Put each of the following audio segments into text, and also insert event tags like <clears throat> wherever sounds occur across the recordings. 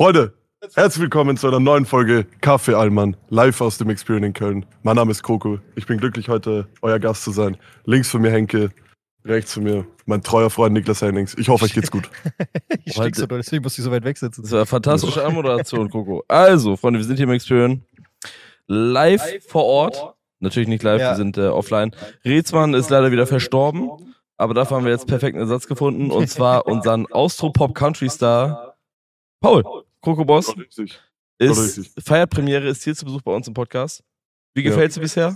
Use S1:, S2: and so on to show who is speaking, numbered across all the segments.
S1: Freunde, herzlich willkommen zu einer neuen Folge Kaffee Allmann, live aus dem Experian in Köln. Mein Name ist Coco. Ich bin glücklich, heute euer Gast zu sein. Links von mir Henke, rechts von mir mein treuer Freund Niklas Hennings. Ich hoffe, euch geht's gut.
S2: Ich steck so doll, deswegen muss ich so weit wegsitzen.
S3: Das war eine fantastische Anmoderation, Coco. Also, Freunde, wir sind hier im Experian. Live, vor Ort. Natürlich nicht live,
S2: Ja.
S3: wir sind äh, offline. Rezmann ist leider wieder verstorben, aber dafür haben wir jetzt perfekten Ersatz gefunden. Und zwar unseren Austro-Pop-Country-Star Paul. Coco Boss ist,
S1: richtig.
S3: feiert Premiere, ist hier zu Besuch bei uns im Podcast. Wie
S1: Ja.
S3: gefällt dir bisher?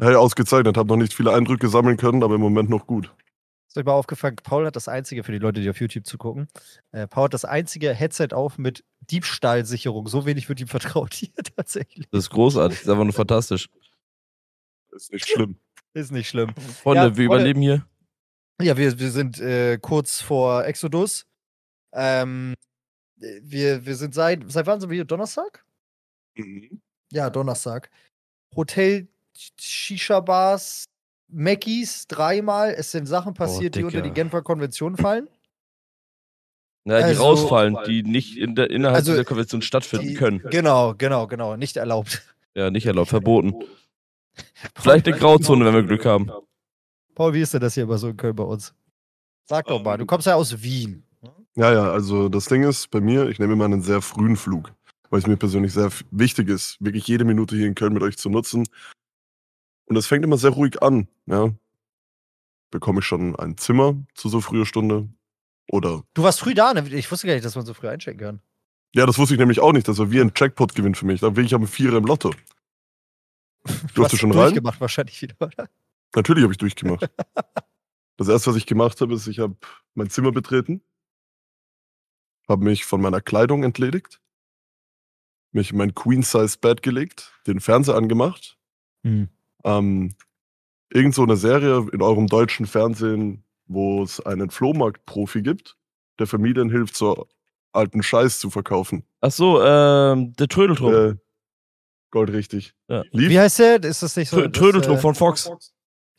S1: Hey, ausgezeichnet. Hab noch nicht viele Eindrücke sammeln können, aber im Moment noch gut.
S2: Ist euch mal aufgefallen, Paul hat das einzige, für die Leute, die auf YouTube zugucken, äh, Paul hat das einzige Headset auf mit Diebstahlsicherung. So wenig wird ihm vertraut hier <laughs> tatsächlich.
S3: Das ist großartig, das ist einfach nur fantastisch.
S1: Ist nicht schlimm.
S2: Ist nicht schlimm.
S3: Freunde,
S2: Ja,
S3: wir
S2: Freunde.
S3: überleben hier.
S2: Ja, wir, wir sind äh, kurz vor Exodus. Ähm, äh, wir, wir sind seit, seit wann sind wir hier? Donnerstag? Ja, Donnerstag. Hotel, Sh- Shisha-Bars, Mackies, dreimal. Es sind Sachen passiert, die unter die
S3: Dicker.
S2: Genfer Konvention fallen.
S3: Ja, die
S2: Also-
S3: rausfallen, die nicht in der, innerhalb
S2: Also,
S3: dieser Konvention stattfinden
S2: die-
S3: können.
S2: Genau, genau, genau. Nicht erlaubt.
S3: Ja, nicht erlaubt, verboten.
S2: <laughs>
S3: Vielleicht eine Hm. Grauzone, wenn wir Glück haben.
S2: Paul, wie ist denn das hier immer so in Köln bei uns? Sag doch
S1: Ähm.
S2: mal, du kommst ja aus Wien.
S1: Ja, ja, also das Ding ist bei mir, ich nehme immer einen sehr frühen Flug, weil es mir persönlich sehr f- wichtig ist, wirklich jede Minute hier in Köln mit euch zu nutzen. Und das fängt immer sehr ruhig an. Ja. Bekomme ich schon ein Zimmer zu so früher Stunde? Oder.
S2: Du warst früh da, ne? Ich wusste gar nicht, dass man so früh einchecken kann.
S1: Ja, das wusste ich nämlich auch nicht. Das war wie ein Jackpot-Gewinn für mich. Da bin ich am Vierer im Lotto. Durfst du
S2: hast
S1: schon rein?
S2: durchgemacht wahrscheinlich wieder, oder?
S1: Natürlich habe ich durchgemacht. Das erste, was ich gemacht habe, ist, ich habe mein Zimmer betreten, habe mich von meiner Kleidung entledigt, mich in mein Queen-Size-Bett gelegt, den Fernseher angemacht,
S2: Hm.
S1: ähm, irgend so eine Serie in eurem deutschen Fernsehen, wo es einen Flohmarkt-Profi gibt, der Familien hilft, so alten Scheiß zu verkaufen.
S3: Ach so, ähm, der Trödeltrupp.
S1: Äh, Gold richtig.
S3: Ja.
S1: Lief?
S2: Wie heißt der? Ist das nicht so?
S3: Trö-
S2: das,
S3: Trödeltrupp
S2: äh,
S3: von Fox.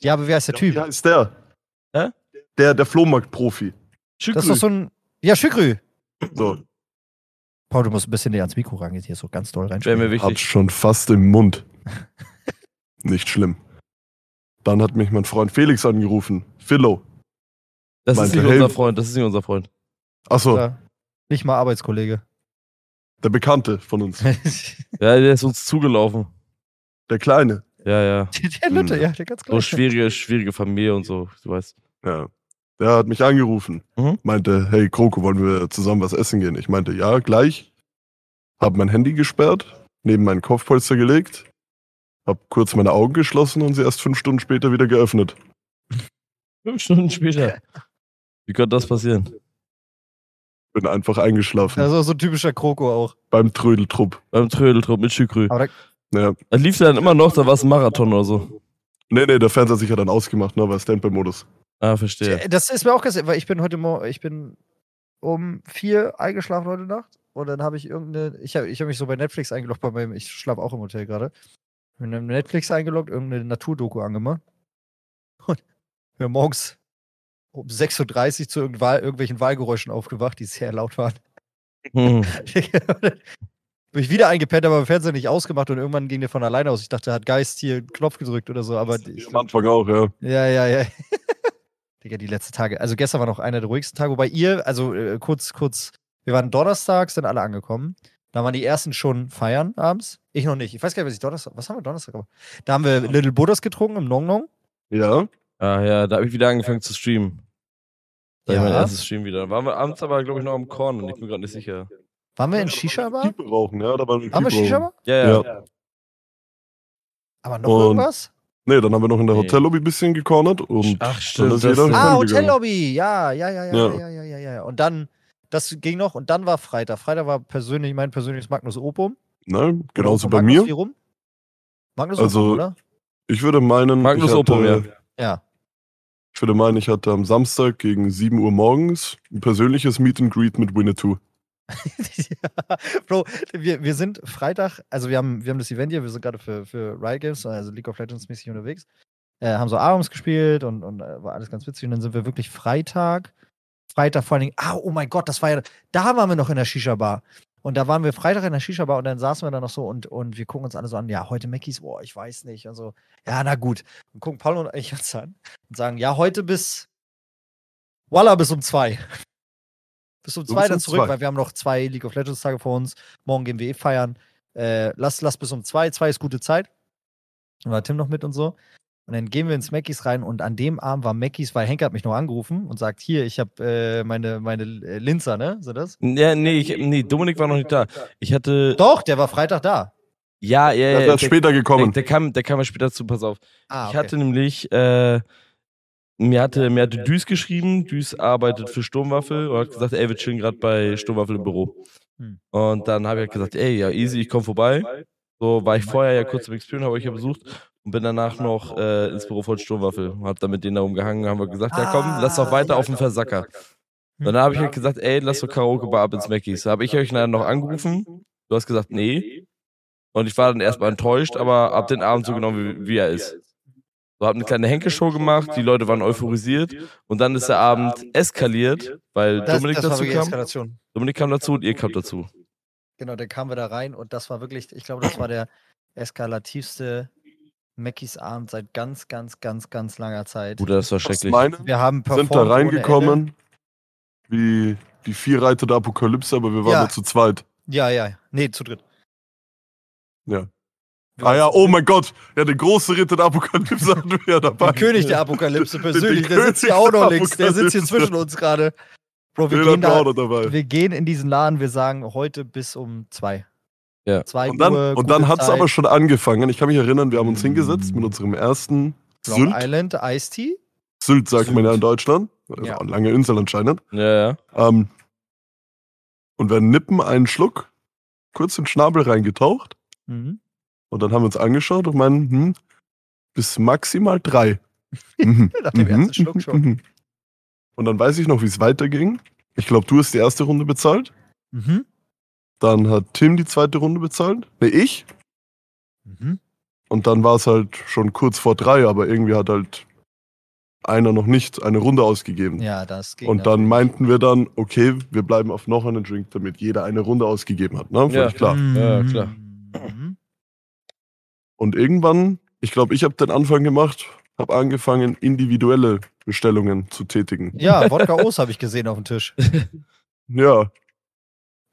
S2: Ja, aber wie heißt der Typ?
S1: Wie heißt der?
S3: Hä?
S1: Der, der Flohmarkt-Profi.
S2: das ist doch so ein. Ja, Schükrü.
S1: So,
S2: Paul, du musst ein bisschen näher ans Mikro rangehen, hier so ganz doll
S3: Wäre mir
S2: reinschauen.
S1: Hab's
S3: wichtig.
S1: schon fast im <laughs> Mund. Nicht schlimm. Dann hat mich mein Freund Felix angerufen. Philo.
S3: Das ist
S1: meinte,
S3: nicht
S1: hey.
S3: unser Freund, das ist nicht unser Freund.
S1: Achso,
S2: Nicht mal Arbeitskollege. <laughs>
S1: der Bekannte von uns.
S3: Ja, der ist uns zugelaufen.
S1: Der Kleine.
S3: Ja, ja.
S2: der Lütte,
S1: Hm.
S2: ja, der ganz
S3: So
S2: kleine.
S3: schwierige, schwierige Familie und so, du weißt.
S1: Ja. Der hat mich angerufen.
S3: Mhm.
S1: Meinte, hey Kroko, wollen wir zusammen was essen gehen? Ich meinte, ja, gleich. Hab mein Handy gesperrt, neben meinen Kopfpolster gelegt, hab kurz meine Augen geschlossen und sie erst fünf Stunden später wieder geöffnet.
S3: Fünf Stunden später. Wie konnte das passieren?
S1: Bin einfach eingeschlafen.
S2: Also so ein typischer Kroko auch.
S1: Beim Trödeltrupp.
S3: Beim Trödeltrupp mit Schükrü.
S2: Aber da,
S1: Ja.
S3: Das lief dann immer noch, da war es ein Marathon oder so.
S1: Nee, nee, der Fernseher hat sich ja dann ausgemacht, ne, war Standby-Modus.
S3: Ah, verstehe.
S2: Das ist mir auch gesagt, weil ich bin heute Morgen, ich bin um vier eingeschlafen heute Nacht und dann habe ich irgendeine, ich habe ich hab mich so bei Netflix eingeloggt, bei meinem, ich schlafe auch im Hotel gerade. Bin dann Netflix eingeloggt, irgendeine Naturdoku angemacht und bin morgens um 6.30 Uhr zu irgend- Wahl, irgendwelchen Wahlgeräuschen aufgewacht, die sehr laut waren. <laughs>
S3: Hm.
S2: bin ich wieder eingepennt, aber im Fernseher nicht ausgemacht und irgendwann ging der von alleine aus. Ich dachte, er hat Geist hier einen Knopf gedrückt oder so, aber ich,
S1: Am Anfang auch, ja.
S2: ja, ja, ja. <laughs> Digga, die letzten Tage. Also gestern war noch einer der ruhigsten Tage, wobei ihr, also äh, kurz, kurz, wir waren donnerstags, sind alle angekommen. Da waren die ersten schon feiern abends. Ich noch nicht. Ich weiß gar nicht, was ich Donnerstag. Was haben wir Donnerstag gemacht? Da haben
S1: Genau.
S2: wir Little Buddhas getrunken im Nong Nong.
S1: Ja.
S3: Ah ja, da habe ich wieder angefangen zu streamen. Da ja.
S2: Ja.
S3: ich mein erstes Stream wieder. Waren wir abends aber, glaube ich, noch am Korn und ich bin gerade nicht sicher.
S2: Waren wir in Shisha Bar?
S1: Piepe rauchen, ja, da waren wir
S2: Waren wir
S1: Piepe
S2: Shisha
S1: rauchen.
S2: Bar?
S3: Ja, ja.
S2: Aber noch
S1: Und-
S2: irgendwas?
S1: Nee, dann haben wir noch in der
S3: Nee.
S1: Hotellobby ein bisschen gekornert und
S3: Ach
S1: das
S3: stimmt.
S1: jeder?
S3: Das
S2: Ah,
S1: Korn gegangen.
S2: Hotellobby. Ja, ja, ja, ja,
S1: Ja.
S2: ja, ja, ja, ja, ja. Und dann, das ging noch. Und dann war Freitag. Freitag war persönlich mein persönliches Magnus Opum.
S1: ne, genauso
S2: Von
S1: bei
S2: Magnus
S1: mir.
S2: Wie rum? Magnus
S1: Also-
S2: Opum, oder?
S1: Ich würde meinen,
S3: Magnus
S1: ich, hatte,
S3: Opum, ja.
S2: Ja.
S1: ich würde meinen, ich hatte am Samstag gegen 7 Uhr morgens ein persönliches Meet and Greet mit Winnetou.
S2: <laughs> ja, Bro, wir, wir sind Freitag, also wir haben, wir haben das Event hier, wir sind gerade für, für Riot Games, also League of Legends mäßig unterwegs, äh, haben so ARMS gespielt und, und äh, war alles ganz witzig und dann sind wir wirklich Freitag, Freitag vor allen Dingen, ah, oh mein Gott, das war ja, da waren wir noch in der Shisha-Bar. Und da waren wir Freitag in der Shisha-Bar und dann saßen wir da noch so und, und wir gucken uns alle so an, ja, heute Mackies, boah, ich weiß nicht. Und so, ja, na gut. Und gucken Paul und ich uns an und sagen, ja, heute bis, voila, bis um zwei. <laughs> bis um
S1: Du
S2: zwei
S1: bist
S2: dann
S1: um
S2: zurück,
S1: zwei.
S2: weil wir haben noch zwei League of Legends-Tage vor uns. Morgen gehen wir eh feiern. Äh, lass, lass bis um zwei, zwei ist gute Zeit. Dann war Tim noch mit und so. Und dann gehen wir ins Mackies rein und an dem Abend war Mackies, weil Henk hat mich noch angerufen und sagt, hier, ich habe äh, meine, meine äh, Linzer, ne? So das?
S3: Ja, Äh, nee, ich, nee, Dominik war noch nicht da. Ich hatte.
S2: Doch, der war Freitag da.
S3: Ja, ja, ja.
S1: Er ist
S3: der-
S1: später
S3: der,
S1: gekommen.
S3: der, kam, der kam ja später zu, pass auf.
S2: Ah,
S3: Ich hatte nämlich, äh, mir hatte, mir hatte Düs geschrieben, Düs arbeitet für Sturmwaffe und hat gesagt, ey, wir chillen gerade bei Sturmwaffe im Büro.
S2: Hm.
S3: Und dann habe ich halt gesagt, ey, ja, easy, ich komme vorbei. So war ich vorher ja kurz im Experience, habe euch ja besucht und bin danach noch äh, ins Büro von Sturmwaffe. Hab dann mit denen darum gehangen, haben wir gesagt, ja komm, lass doch weiter auf den Versacker. Und dann habe ich halt gesagt, ey, lass doch Karaoke-Bar ab ins Mackies. Da habe ich euch dann noch angerufen, du hast gesagt, nee. Und ich war dann erstmal enttäuscht, aber hab den Abend so genommen, wie, wie er ist. So hab eine kleine Henke-Show gemacht, die Leute waren euphorisiert und dann ist der Abend eskaliert, weil
S2: Das,
S3: Dominik
S2: das war
S3: dazu
S2: wirklich
S3: kam.
S2: Eskalation.
S3: Dominik kam dazu und ihr kam dazu.
S2: Genau, dann kamen wir da rein und das war wirklich, ich glaube, das war der eskalativste Mackies Abend seit ganz, ganz, ganz, ganz langer Zeit.
S3: Bruder, das war
S1: Das
S3: schrecklich.
S1: meine,
S2: Wir haben
S1: sind
S2: performt
S1: da
S2: ohne Ende.
S1: reingekommen, wie die vier Reiter der Apokalypse, aber wir waren
S2: Ja.
S1: nur zu zweit.
S2: Ja, ja. Nee, zu dritt.
S1: Ja.
S2: Wir
S1: Ah
S2: waren
S1: ja,
S2: zu
S1: oh
S2: dritt.
S1: mein Gott, ja, der große Ritter der Apokalypse <laughs> hatten wir ja dabei.
S2: Der König der
S1: <laughs>
S2: Apokalypse
S1: Den
S2: persönlich, der
S1: König
S2: sitzt hier auch noch
S1: der
S2: links, der sitzt hier
S1: Apokalypse.
S2: zwischen uns gerade. Bro, wir
S1: Den
S2: gehen,
S1: hatten wir
S2: da,
S1: auch noch dabei.
S2: wir gehen in diesen Laden, wir sagen heute bis um zwei.
S3: Ja.
S2: Zwei
S1: Und dann,
S2: Uhr,
S1: und dann
S2: gute
S1: hat es
S2: Zeit.
S1: aber schon angefangen. Ich kann mich erinnern, wir haben uns
S3: Mm.
S1: hingesetzt mit unserem ersten
S2: Long
S1: Sylt.
S2: Island Iced Tea.
S1: Sylt sagt man ja in
S2: Sylt.
S1: Deutschland. Also
S2: Ja.
S1: Eine lange Insel anscheinend.
S3: Ja, ja.
S1: Ähm, und wir nippen einen Schluck, kurz den Schnabel reingetaucht.
S2: Mhm.
S1: Und dann haben wir uns angeschaut und meinen, hm, bis maximal
S2: <laughs>
S1: drei. Mhm.
S2: Nach dem ersten Schluck schon.
S1: mhm. Und dann weiß ich noch, wie es weiterging. Ich glaube, du hast die erste Runde bezahlt.
S2: Mhm.
S1: Dann hat Tim die zweite Runde bezahlt. Nee, ich.
S2: Mhm.
S1: Und dann war es halt schon kurz vor drei, aber irgendwie hat halt einer noch nicht eine Runde ausgegeben.
S2: Ja, das ging.
S1: und dann meinten wir dann, okay, wir bleiben auf noch einen Drink, damit jeder eine Runde ausgegeben hat. Ne? Völlig
S3: Ja.
S1: klar.
S3: Ja, klar.
S2: Mhm.
S1: Und irgendwann, ich glaube, ich habe den Anfang gemacht, habe angefangen, individuelle Bestellungen zu tätigen.
S2: Ja, Wodka O's habe ich gesehen auf dem Tisch.
S1: Ja,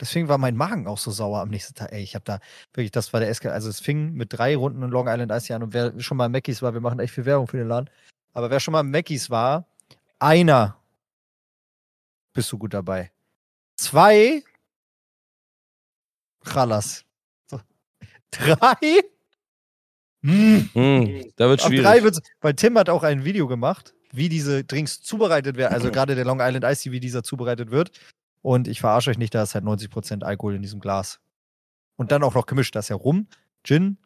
S2: Deswegen war mein Magen auch so sauer am nächsten Tag. Ey, ich habe da wirklich, das war der SK. Also es fing mit drei Runden in Long Island Ice an und wer schon mal im Mackies war, wir machen echt viel Werbung für den Laden. Aber wer schon mal im Mackies war, einer bist du gut dabei. Zwei Chalas. So. <laughs> Drei? Mm.
S3: Hm, da wird
S2: Ab drei
S3: schwierig.
S2: wird's, weil Tim hat auch ein Video gemacht, wie diese Drinks zubereitet werden, also gerade der Long Island Ice Tea, wie dieser zubereitet wird. Und ich verarsche euch nicht, da ist halt 90% Alkohol in diesem Glas. Und dann auch noch gemischt, da ist ja Rum, Gin,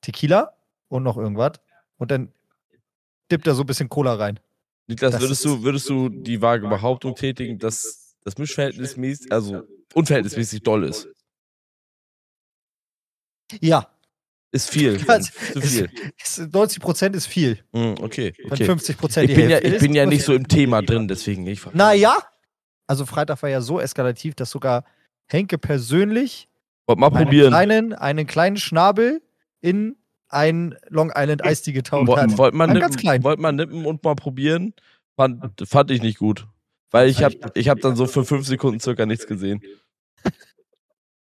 S2: Tequila und noch irgendwas. Und dann dippt er so ein bisschen Cola rein.
S3: Niklas,
S2: das ist-
S3: würdest du, würdest du die vage Behauptung tätigen, dass das Mischverhältnismäßig, also unverhältnismäßig doll ist?
S2: Ja,
S3: Ist
S2: <laughs>
S3: viel.
S2: Das-
S3: Zu viel.
S2: ist- 90% ist viel,
S3: Hm, okay,
S2: wenn
S3: okay.
S2: 50% die
S3: Ich bin, ja,
S2: Hälfte
S3: ich bin
S2: ist,
S3: ja
S2: ist
S3: nicht so im Thema drin, deswegen. Ich
S2: Naja, also Freitag war ja so eskalativ, dass sogar Henke persönlich
S3: Wollt mal probieren.
S2: Einen kleinen, einen kleinen Schnabel in ein Long Island Eistee getaucht hat.
S3: Wollt, wollt, man
S2: Ein ganz
S3: nippen,
S2: klein.
S3: wollt man nippen und mal probieren, fand, fand ich nicht gut. Weil ich habe ich hab dann so für fünf Sekunden circa
S2: <laughs>
S3: nichts gesehen.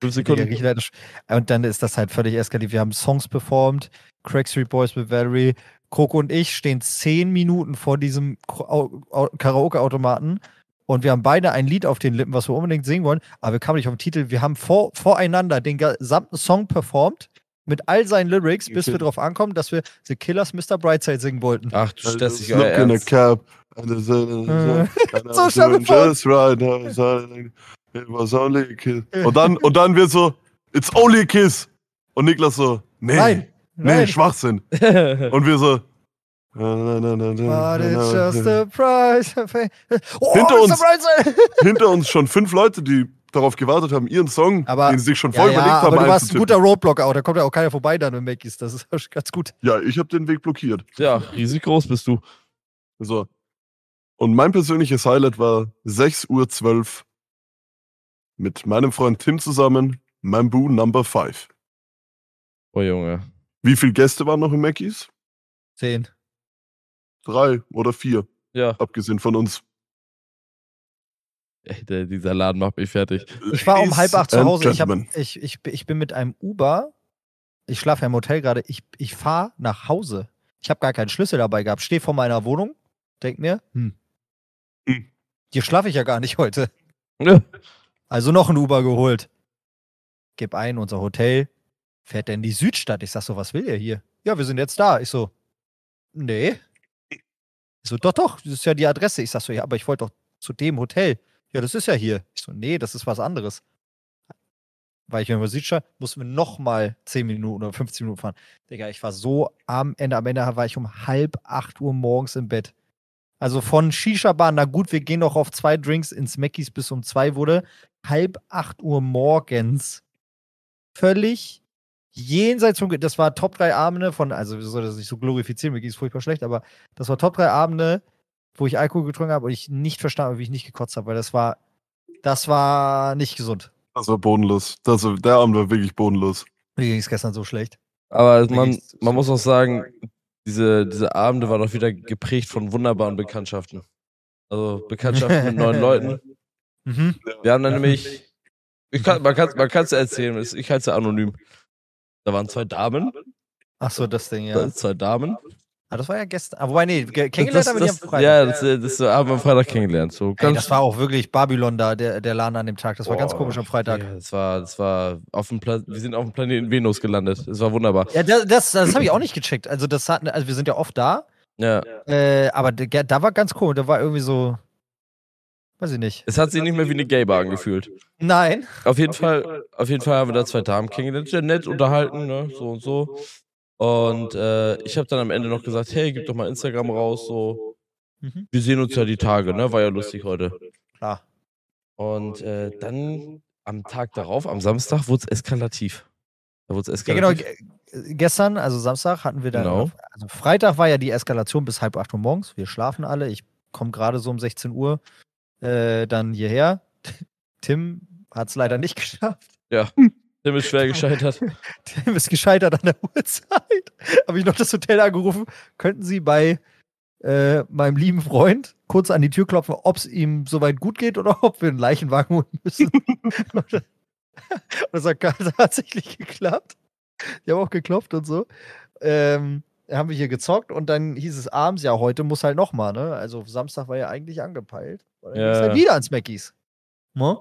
S3: Fünf
S2: Digga,
S3: Sekunden.
S2: riecht leider sch- Und dann ist das halt völlig eskaliert. Wir haben Songs performt, Crack Street Boys mit Valerie, Coco und ich stehen zehn Minuten vor diesem Kro- Au- Au- Karaoke-Automaten und wir haben beide ein Lied auf den Lippen, was wir unbedingt singen wollen, aber wir kamen nicht auf den Titel. Wir haben vor, voreinander den gesamten Song performt mit all seinen Lyrics, bis wir
S1: Okay.
S2: drauf ankommen, dass wir The Killers Mr. Brightside singen wollten.
S3: Ach, du stellst dich
S1: Look in a cap. and it's- uh, and
S2: So
S1: I'm
S2: stell mir
S1: doing
S2: vor.
S1: just right now, it's only- It was only a kiss. Und dann, und dann wird so, it's only a kiss. Und Niklas so, nee,
S2: Nein,
S1: nee,
S2: nein.
S1: Schwachsinn. Und wir so, na, na, na, na, na,
S2: But it's
S1: na, na.
S2: just the price of it.
S1: genau.
S2: Oh,
S1: Hinter
S2: it's
S1: uns.
S2: the price of it.
S1: hinter uns schon fünf Leute, die darauf gewartet haben, ihren Song,
S2: Aber-
S1: den sie sich schon
S2: Ja,
S1: voll
S2: ja,
S1: überlegt haben,
S2: aber du warst ein
S1: einzutippen.
S2: guter Roadblocker auch. Da kommt ja auch keiner vorbei dann mit Mackies. Das ist auch schon ganz gut. <laughs>
S1: Ja, ich habe den Weg blockiert.
S3: ja, riesig groß bist du.
S1: So. Und mein persönliches Highlight war 6.12 Uhr mit meinem Freund Tim zusammen, Mambu Number 5.
S3: Oh Junge.
S1: Wie viele Gäste waren noch im Mackies?
S2: Zehn.
S1: Drei oder vier,
S3: Ja,
S1: abgesehen von uns.
S3: ey, der, dieser Laden macht mich fertig.
S2: Ich war um halb acht zu
S1: and
S2: Hause. Ich, hab,
S1: gentlemen.
S2: ich, ich, ich bin mit einem Uber. Ich schlafe ja im Hotel gerade. Ich, ich fahre nach Hause. Ich habe gar keinen Schlüssel dabei gehabt. Stehe vor meiner Wohnung. Denk mir, hm.
S1: Hm.
S2: Hier schlafe ich ja gar nicht heute.
S3: Ja.
S2: Also noch ein Uber geholt. Gib ein, unser Hotel. Fährt er in die Südstadt? Ich sag so, was will ihr hier? Ja, wir sind jetzt da. Ich so, nee. Ich so, doch, doch, das ist ja die Adresse. Ich sag so, ja, aber ich wollte doch zu dem Hotel. Ja, das ist ja hier. Ich so, nee, das ist was anderes. Weil ich mir über Südstadt, mussten wir nochmal 10 Minuten oder 15 Minuten fahren. Digga, ich war so am Ende, am Ende war ich um halb 8 Uhr morgens im Bett. Also von Shisha-Bar, na gut, wir gehen noch auf zwei Drinks ins Mackies bis um zwei wurde. Halb 8 Uhr morgens. Völlig jenseits von, das war Top 3 Abende von, also ich soll das nicht so glorifizieren, mir ging es furchtbar schlecht, aber das war Top 3 Abende, wo ich Alkohol getrunken habe und ich nicht verstanden habe, wie ich nicht gekotzt habe, weil das war, das war nicht gesund.
S1: Das war Also bodenlos. Das, war- der Abend war wirklich bodenlos.
S2: Mir ging es gestern so schlecht.
S3: <laughs> Aber
S2: Mir
S3: man,
S2: geht's
S3: man
S2: so-
S3: muss auch sagen, diese, diese Abende waren auch wieder geprägt von wunderbaren Bekanntschaften. Also Bekanntschaften
S2: <laughs>
S3: mit neuen Leuten.
S2: Mhm.
S3: Wir haben dann nämlich. Ich kann, man kann es man kann's ja erzählen, es- ich halte es ja anonym. Da waren zwei Damen.
S2: Ach so, das Ding,
S3: Da
S2: ja.
S3: sind zwei Damen.
S2: Ah, das war ja gestern. Ah, wobei, nee, ge- kennengelernt haben wir die am
S3: das, das,
S2: Freitag.
S3: Ja, das, äh, das haben wir am Freitag kennengelernt. So
S2: Ey,
S3: ganz-
S2: das war auch wirklich Babylon da, der, der Laden an dem Tag. Das war ganz
S3: Boah,
S2: komisch am Freitag.
S3: Ja, das war, das war auf dem Pla wir sind auf dem Planeten Venus gelandet. Es war wunderbar.
S2: Ja, das, das, das habe ich auch nicht gecheckt. Also, das hatten, also wir sind ja oft da,
S3: Ja.
S2: äh, aber d- ge- da war ganz komisch. Da war irgendwie so, weiß ich nicht.
S3: Es hat sich nicht mehr wie eine Gay-Bar angefühlt.
S2: Nein.
S3: Auf jeden Fall, auf jeden Fall haben wir da zwei Damen kennengelernt, sehr nett unterhalten, ne, so und so. Und äh, ich habe dann am Ende noch gesagt, hey, gib doch mal Instagram raus, so.
S2: Mhm.
S3: Wir sehen uns ja die Tage, ne, war ja lustig heute.
S2: Klar.
S3: Und äh, dann am Tag darauf, am Samstag, wurde es eskalativ. Da wurde es
S2: Ja, genau.
S3: eskalativ.
S2: ge- äh, Gestern, also Samstag, hatten wir dann.
S3: Genau.
S2: Also Freitag war ja die Eskalation bis halb acht Uhr morgens. Wir schlafen alle. Ich komme gerade so um 16 Uhr äh, dann hierher. <laughs> Tim hat es leider nicht <laughs> geschafft.
S3: Tim ist schwer gescheitert.
S2: Tim <laughs> ist gescheitert an der Uhrzeit. <laughs> Habe ich noch das Hotel angerufen. Könnten Sie bei äh, meinem lieben Freund kurz an die Tür klopfen, ob es ihm soweit gut geht oder <laughs> ob wir einen Leichenwagen holen müssen? <laughs> und das hat tatsächlich geklappt. Die haben auch geklopft und so. Ähm, dann haben wir hier gezockt und dann hieß es abends, ja, heute muss halt nochmal, ne? Also Samstag war ja eigentlich angepeilt. Und dann ging's
S3: Ja.
S2: halt wieder ans Mackies. Ne?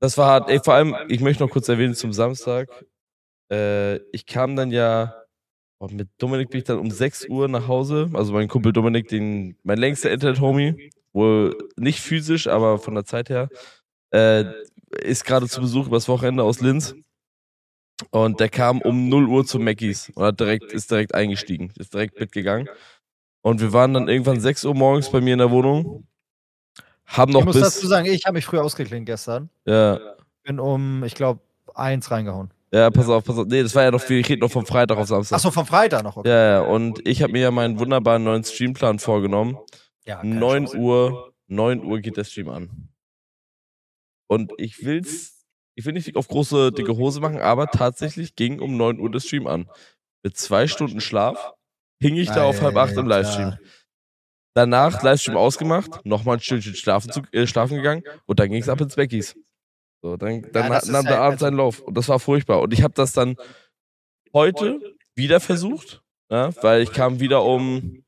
S3: Das war hart. Ey, vor allem, ich möchte noch kurz erwähnen zum Samstag. Äh, ich kam dann ja oh, mit Dominik bin ich dann um 6 Uhr nach Hause. Also mein Kumpel Dominik, den, mein längster Internet-Homie, wohl nicht physisch, aber von der Zeit her, äh, ist gerade zu Besuch übers Wochenende aus Linz. Und der kam um 0 Uhr zu Mackies und hat direkt, ist direkt eingestiegen, ist direkt mitgegangen. Und wir waren dann irgendwann 6 Uhr morgens bei mir in der Wohnung. Haben noch
S2: Ich muss
S3: bis.
S2: dazu sagen, ich habe mich früh ausgeklingt gestern.
S3: ja,
S2: Bin um, ich glaube, eins reingehauen.
S3: Ja, pass auf, pass auf. Nee, das war ja noch, wir reden noch vom Freitag auf Samstag.
S2: Achso, vom Freitag noch, okay.
S3: Ja, ja, und ich habe mir ja meinen wunderbaren neuen Streamplan vorgenommen.
S2: Ja, keine
S3: 9
S2: Chance.
S3: Uhr, 9 Uhr geht der Stream an. Und ich will's, ich will nicht auf große, dicke Hose machen, aber tatsächlich ging um 9 Uhr der Stream an. Mit zwei Stunden Schlaf hing ich da auf halb acht im Livestream.
S2: Alter.
S3: Danach Livestream ausgemacht, nochmal ein Stündchen schlafen, zu, äh, schlafen gegangen und dann ging es ab ins Beckys. So, dann
S2: Ja,
S3: dann
S2: das ist
S3: nahm der
S2: halt-
S3: Abend seinen Lauf und das war furchtbar. Und ich habe das dann heute wieder versucht, ja, weil ich kam wieder um.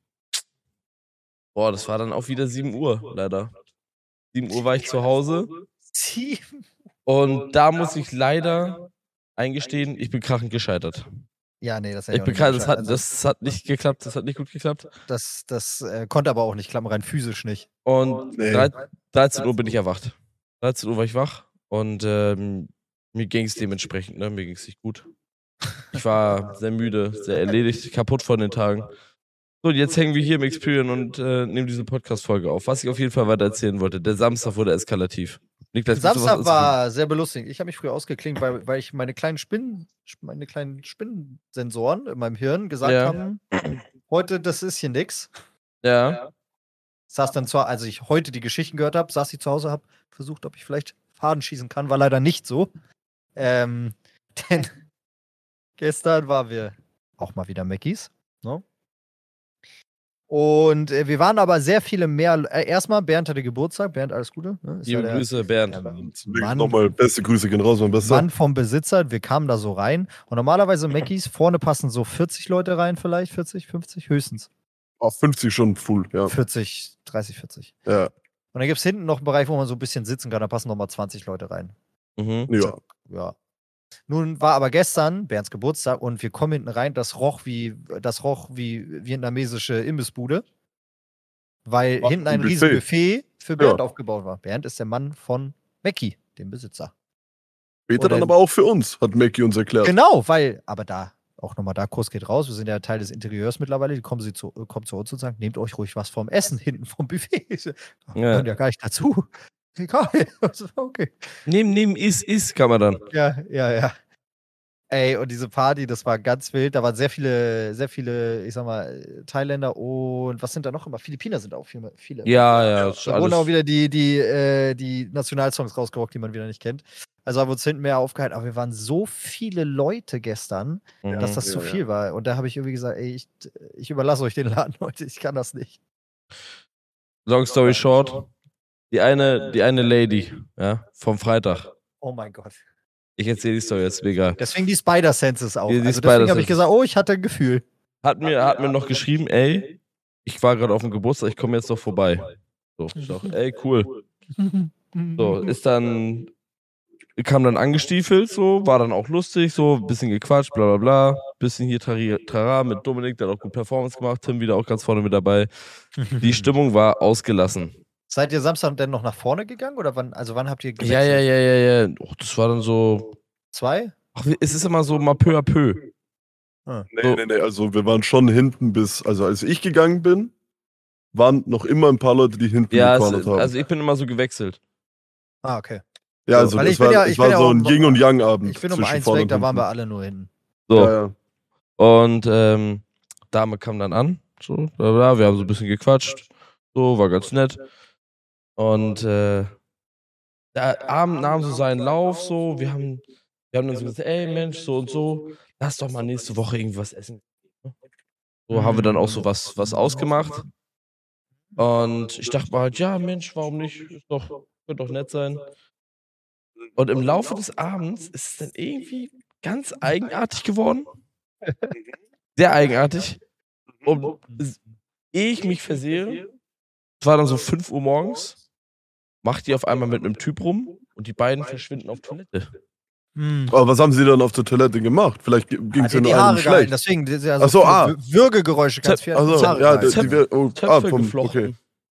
S3: Boah, das war dann auch wieder 7 Uhr, leider. 7 Uhr war ich zu Hause
S2: Sieben.
S3: und da muss ich leider eingestehen, ich bin krachend gescheitert.
S2: Ja, nee, das hätte
S3: Ich
S2: auch
S3: bin
S2: nicht
S3: krachend, das
S2: geschafft.
S3: hat, das hat nicht geklappt, das hat nicht gut geklappt.
S2: Also, das, das äh, konnte aber auch nicht klappen, rein physisch nicht.
S3: Und
S1: Nee.
S3: drei- 13 Uhr bin ich erwacht. 13 Uhr war ich wach und ähm, mir ging es dementsprechend, ne? Mir ging es nicht gut. Ich war sehr müde, sehr erledigt, kaputt von den Tagen. So, und jetzt hängen wir hier im Experian und äh, nehmen diese Podcast-Folge auf. Was ich auf jeden Fall weiter erzählen wollte, der Samstag wurde eskalativ. Niklas, willst du was
S2: Samstag
S3: erzählen?
S2: war sehr belustigend. Ich habe mich früh ausgeklingt, weil, weil ich meine kleinen Spinnen, sp- meine kleinen Spinnensensoren in meinem Hirn gesagt
S3: Ja.
S2: haben, heute das ist hier nix.
S3: Ja.
S2: Saß dann zwar, als ich heute die Geschichten gehört habe, saß ich zu Hause, habe versucht, ob ich vielleicht Faden schießen kann. War leider nicht so. Ähm, <laughs> denn gestern waren wir auch mal wieder Mackies. Ne? Und äh, wir waren aber sehr viele mehr. Äh, erstmal, Bernd hatte Geburtstag. Bernd, alles Gute. Ne? Ist ja
S3: Liebe
S2: der-
S3: Grüße, Bernd.
S2: Ja, Ähm, Mann.
S1: Nochmal beste Grüße gehen raus, mein Bester.
S2: Mann vom Besitzer, wir kamen da so rein. Und
S3: <clears throat>
S2: normalerweise Mackies, vorne passen so 40 Leute rein, vielleicht 40, 50, höchstens.
S1: Auf 50 schon full, ja.
S2: 40, 30, 40.
S1: Ja,
S2: Und dann gibt es hinten noch einen Bereich, wo man so ein bisschen sitzen kann, da passen nochmal 20 Leute rein.
S3: Mhm.
S1: ja.
S2: Ja. Nun war aber gestern Bernds Geburtstag und wir kommen hinten rein, das roch wie, das roch wie vietnamesische Imbissbude. Weil
S1: Ach,
S2: hinten
S1: ein
S2: ein riesen Buffet für Bernd
S1: Ja.
S2: aufgebaut war. Bernd ist der Mann von Mackie, dem Besitzer.
S1: Später dann
S2: Oder-
S1: aber auch für uns, hat Mackie uns erklärt.
S2: Genau, weil, aber da, auch nochmal da, Kurs geht raus, wir sind ja Teil des Interieurs mittlerweile, die kommen sie zu, äh, kommen zu uns und sagen, nehmt euch ruhig was vom Essen hinten vom Buffet. <laughs> Ja. Hören ja gar nicht dazu. <laughs> Egal. okay.
S3: Neben, neben ist, ist kann man dann.
S2: Ja, ja, ja. Ey, und diese Party, das war ganz wild. Da waren sehr viele, sehr viele, ich sag mal, äh, Thailänder und was sind da noch immer? Philippiner sind auch viele. viele.
S3: Ja, ja, ist
S2: Da wurden auch
S3: alles.
S2: wieder die, die, äh, die Nationalsongs rausgerockt, die man wieder nicht kennt. Also haben wir uns hinten mehr aufgehalten. Aber wir waren so viele Leute gestern,
S3: Mhm.
S2: dass das
S1: Ja,
S2: zu
S1: ja.
S2: viel war. Und da habe ich irgendwie gesagt, ey, ich, ich überlasse euch den Laden <laughs> heute, ich kann das nicht.
S3: Long story short, die eine, die eine Lady, ja, vom Freitag.
S2: Oh mein Gott.
S3: Ich erzähle die Story, jetzt ist mir egal.
S2: Deswegen die Spider-Senses auch.
S3: Die- die
S2: also deswegen habe
S3: Spider-Senses.
S2: ich gesagt, oh, ich hatte ein <laughs> Gefühl.
S3: Hat mir, hat mir noch geschrieben, ey, ich war gerade auf dem Geburtstag, ich komme jetzt noch vorbei. So, ich dachte, ey, cool. So, ist dann, kam dann angestiefelt, so, war dann auch lustig, so, bisschen gequatscht, bla bla bla. Bisschen hier Tari- Trara mit Dominik, der hat auch gut Performance gemacht, Tim wieder auch ganz vorne mit dabei. <laughs> Die Stimmung war ausgelassen.
S2: Seid ihr Samstag denn noch nach vorne gegangen? Oder wann, also wann habt ihr
S3: Ja, ja, ja, ja, ja. Och, das war dann so.
S2: Zwei?
S3: Ach, es ist immer so mal peu à peu.
S1: Nee, nee, nee, also wir waren schon hinten bis, also als ich gegangen bin, waren noch immer ein paar Leute, die hinten
S3: Ja,
S1: gecornert
S3: es,
S1: haben.
S3: also ich bin immer so gewechselt.
S2: Ah, okay.
S1: ja, also
S2: weil
S1: das
S2: ich bin
S1: war,
S2: ja-
S1: es
S2: ich
S1: war
S2: bin ja
S1: so
S2: auch
S1: ein
S2: um-
S1: Yin- und Yang-Abend.
S2: Ich bin um
S1: Hm, zwischen
S2: eins
S1: vorne
S2: weg,
S1: und
S2: da waren wir
S1: hinten.
S2: alle nur hin.
S3: So.
S1: Ja, ja.
S3: Und ähm, Dame kam dann an. So, bla bla, wir haben so ein bisschen gequatscht. So, war ganz nett. Und äh, der Abend nahm so seinen Lauf, so, wir haben, wir haben dann so gesagt, ey Mensch, so und so, lass doch mal nächste Woche irgendwas essen. So haben wir dann auch so was, was ausgemacht. Und ich dachte mir halt, ja Mensch, warum nicht? Ist doch, könnte doch nett sein. Und im Laufe des Abends ist es dann irgendwie ganz
S1: <laughs>
S3: eigenartig geworden. Sehr eigenartig. Und s- ehe ich mich versehe, es war dann so 5 Uhr morgens, macht die auf einmal mit einem Typ rum und die beiden verschwinden auf Toilette.
S2: Hm.
S1: Aber was haben sie dann auf der Toilette gemacht? Vielleicht ging
S2: Hat
S1: es ja
S2: dir Also die
S1: nur einem
S2: Haare gehalten,
S1: schlecht.
S2: deswegen das ist ja
S1: Ach so,
S2: viele
S1: ah.
S2: Wür- Würgegeräusche ganz viel.
S1: Also,
S2: Haare
S1: ja,
S2: gehalten.
S1: die, die, wär- oh, ah,
S3: Töpfe
S1: vom,
S3: geflochten.
S1: okay.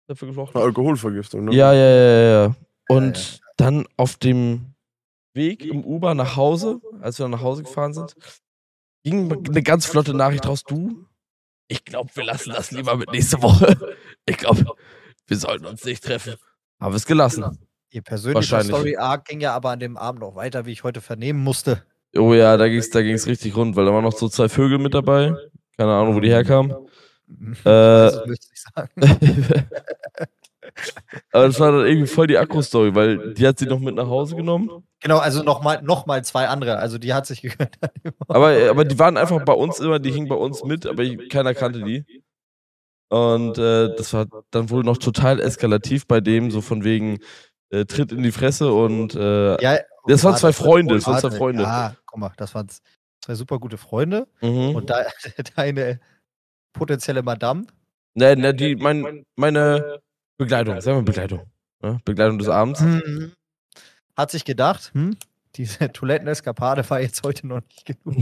S3: Töpfe
S1: Eine
S3: geflochten.
S1: Alkoholvergiftung, ne?
S3: Ja, ja, ja, ja, ja. Und
S2: Ja,
S3: dann auf dem Weg im Uber nach Hause, als wir nach Hause gefahren sind, ging eine ganz flotte Nachricht raus. Du, ich glaube, wir lassen das lieber mit nächste Woche. <laughs> Ich glaube, wir sollten uns nicht treffen. Haben wir es gelassen.
S2: Ihr persönlicher
S3: Wahrscheinlich.
S2: Story-Arc ah, ging ja aber an dem Abend noch weiter, wie ich heute vernehmen musste.
S3: Oh ja, da ging es da ging's richtig rund, weil da waren noch so zwei Vögel mit dabei. Keine Ahnung, wo die herkamen.
S1: Äh,
S2: <laughs>
S3: Äh,
S2: das möchte ich sagen.
S3: Aber <laughs> das war dann irgendwie voll die Akku-Story, weil die hat sie noch mit nach Hause genommen.
S2: Genau, also nochmal noch mal zwei andere. Also die hat sich <laughs> gegönnt.
S3: Aber, äh, aber die waren einfach bei uns immer, die hingen bei uns mit, aber ich, keiner kannte die. Und äh, das war dann wohl noch total eskalativ bei dem, so von wegen äh, Tritt in die Fresse und äh,
S2: Ja,
S3: Das waren
S2: warte,
S3: zwei Freunde, das waren
S2: warte,
S3: zwei Freunde.
S2: Ja, guck mal, das waren zwei super gute Freunde.
S3: mhm.
S2: Und de <laughs> deine potenzielle Madame.
S3: ne, ne, die, mein, äh, meine Begleitung, sagen wir Begleitung. Ne? Begleitung des Abends.
S2: hm, Hat sich gedacht, hm, diese <laughs> Toiletteneskapade war jetzt heute noch nicht
S3: <laughs>
S2: genug.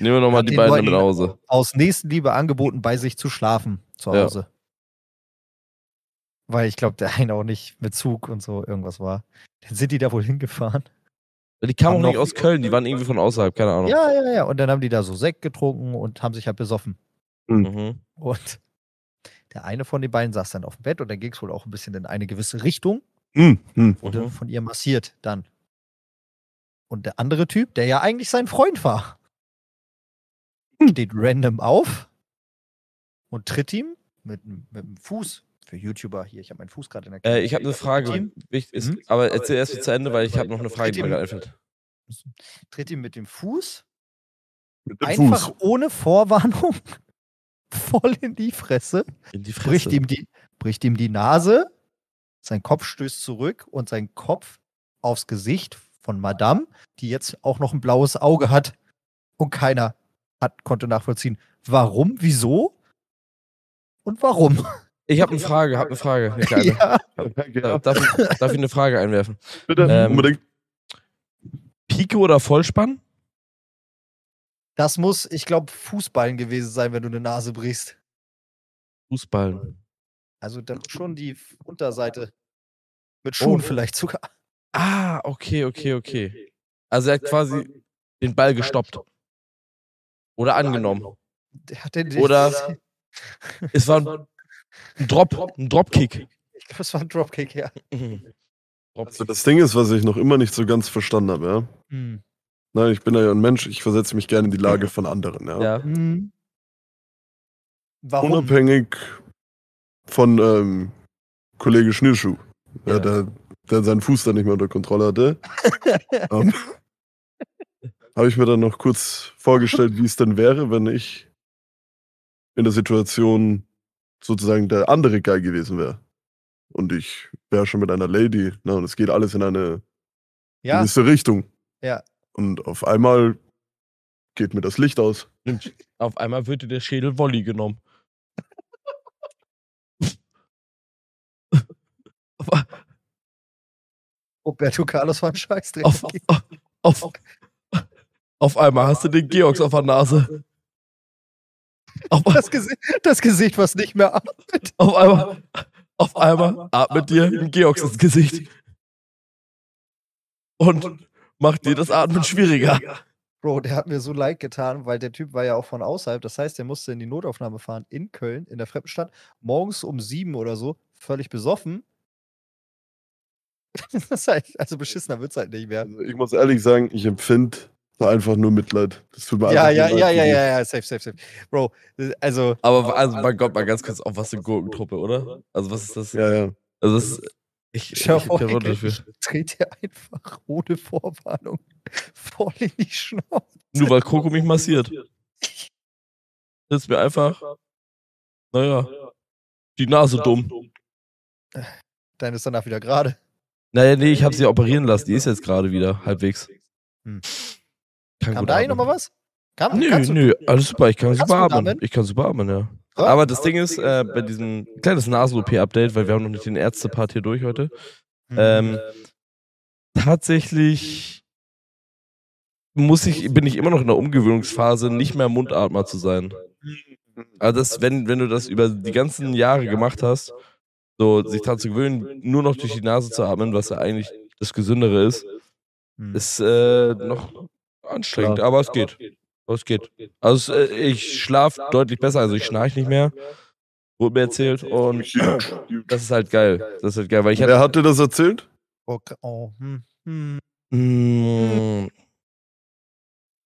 S3: Nehmen wir nochmal
S2: Hat
S3: Mhm. die
S2: den
S3: beiden
S2: Leuten-
S3: mit nach Hause.
S2: Aus Nächstenliebe angeboten, bei sich zu schlafen zu
S3: Ja.
S2: Hause. Weil ich glaube, der eine auch nicht mit Zug und so irgendwas war. Dann sind die da wohl hingefahren.
S3: Die
S2: Haben
S3: kamen auch nicht
S2: noch-
S3: aus Köln, die waren irgendwie von außerhalb, keine Ahnung.
S2: Ja, ja, ja. Und dann haben die da so Sekt getrunken und haben sich halt besoffen.
S3: Mhm.
S2: Und <laughs> der eine von den beiden saß dann auf dem Bett und dann ging es wohl auch ein bisschen in eine gewisse Richtung,
S1: Hm, hm.
S2: wurde
S3: Mhm.
S2: von ihr massiert dann. Und der andere Typ, der ja eigentlich sein Freund war, steht random auf und tritt ihm mit, dem- mit dem Fuß Für YouTuber hier, ich habe meinen Fuß gerade in der
S3: Äh, ich habe eine Frage.
S2: Team?
S3: Wichtig ist,
S2: Mhm.
S3: Aber erzähl erst zu Ende, weil ich habe noch eine Frage, die mir
S2: Team.
S3: gerade einfällt.
S2: Tritt ihm mit dem Fuß
S1: Mit dem
S2: einfach <laughs>
S1: Fuß.
S2: ohne Vorwarnung <laughs> voll in die Fresse,
S3: In die
S2: bricht
S3: Fresse.
S2: ihm die, bricht ihm die Nase, sein Kopf stößt zurück und sein Kopf aufs Gesicht von Madame, die jetzt auch noch ein blaues Auge hat und keiner hat, konnte nachvollziehen, warum, wieso und warum.
S3: Ich habe eine Frage, habe eine Frage.
S2: <laughs>
S3: Eine kleine.
S2: Ja.
S3: Äh, Darf, ich, darf ich eine Frage einwerfen?
S1: Bitte,
S3: Ähm,
S1: unbedingt.
S3: Pike oder Vollspann?
S2: Das muss, ich glaube, Fußballen gewesen sein, wenn du eine Nase brichst.
S3: Fußball.
S2: Also dann schon die Unterseite. Mit
S3: Oh.
S2: Schuhen vielleicht sogar.
S3: Ah, okay, okay, okay. Also er hat quasi den Ball gestoppt. Oder angenommen.
S2: Der hat den-
S3: Oder-
S2: <laughs> ich
S3: Es war ein- ein Drop, ein Dropkick.
S2: glaube, es war ein Dropkick, ja.
S3: Mhm.
S1: Also
S3: Dropkick.
S1: das Ding ist, was ich noch immer nicht so ganz verstanden habe, ja.
S2: Hm.
S1: Nein, ich bin ja ein Mensch, ich versetze mich gerne in die Lage von anderen, ja.
S3: Ja.
S2: Hm. Warum?
S1: Unabhängig von ähm, Kollege Schnürschuh, ja.
S3: Ja.
S1: der, der seinen Fuß dann nicht mehr unter Kontrolle <laughs> hatte. ähm, Habe ich mir dann noch kurz vorgestellt, wie es denn wäre, wenn ich in der Situation sozusagen der andere Guy gewesen wäre. Und ich wäre schon mit einer Lady, ne, und es geht alles in eine
S2: ja,
S1: gewisse Richtung.
S2: Ja.
S1: Und auf einmal geht mir das Licht aus.
S3: Auf einmal wird dir der Schädel Volley genommen. <laughs>
S2: Roberto Carlos war ein Scheißdreck.
S3: Auf, auf, auf, auf einmal hast du den Georgs auf der Nase. Auf,
S2: <laughs> Das, Gesicht, das Gesicht, was nicht mehr ab.
S3: auf einmal, auf einmal atmet dir ein Georgs ins Gesicht. Und macht dir das Atmen schwieriger.
S2: Bro, der hat mir so leid getan, weil der Typ war ja auch von außerhalb. Das heißt, der musste in die Notaufnahme fahren in Köln, in der Fremdenstadt, morgens um sieben oder so, völlig besoffen. <laughs> Das ist halt, also beschissener wird es halt nicht mehr.
S1: Also ich muss ehrlich sagen, ich empfinde da einfach nur Mitleid. Das tut mir
S2: Ja, ja,
S1: einfach nur
S2: ja,
S1: leid
S2: ja,
S1: für
S2: ja, ja, safe, safe, safe. Bro, das- also,
S3: Aber also, mein Gott, mal ganz kurz, auf was eine Gurkentruppe, oder? Also was ist das?
S1: die. Ja, ja.
S3: Also das ist, ich, ich
S2: schau
S3: hab
S2: vor,
S3: kein
S2: ihr
S3: Wort
S2: kennt
S3: dafür.
S2: mich, dreht ihr einfach ohne Vorwarnung <laughs> voll in die Schnauze.
S3: Nur weil Coco mich massiert. Das ist mir einfach, naja, die Nase dumm.
S2: Dann ist danach wieder gerade.
S3: Naja, nee, ich habe sie operieren lassen. Die ist jetzt gerade wieder halbwegs.
S2: Hm.
S3: Kann
S2: Kam da eigentlich nochmal was? Kam,
S3: ne? Nö,
S2: kannst du-
S3: nö, alles super. Ich kann
S2: Kannst
S3: super
S2: du
S3: atmen.
S2: atmen?
S3: Ich kann super atmen, ja.
S2: Ja.
S3: Aber das Ding ist, äh, bei diesem kleines Nasen-OP-Update, weil wir haben noch nicht den Ärzte-Part hier durch heute,
S2: Hm.
S3: ähm, tatsächlich muss ich, bin ich immer noch in der Umgewöhnungsphase, nicht mehr Mundatmer zu sein. Also das, wenn, wenn du das über die ganzen Jahre gemacht hast, so sich daran zu gewöhnen, nur noch durch die Nase zu atmen, was ja eigentlich das Gesündere ist,
S2: Hm.
S3: ist äh, noch anstrengend, aber es geht. Aber es geht. Also es, äh, ich schlaf deutlich besser, also ich schnarche nicht mehr, wurde mir erzählt und
S1: <clears throat>
S3: das ist halt geil. Das ist halt geil, weil ich
S1: Wer
S3: hatte,
S1: hat dir das erzählt?
S2: oh, k- oh, hm, hm,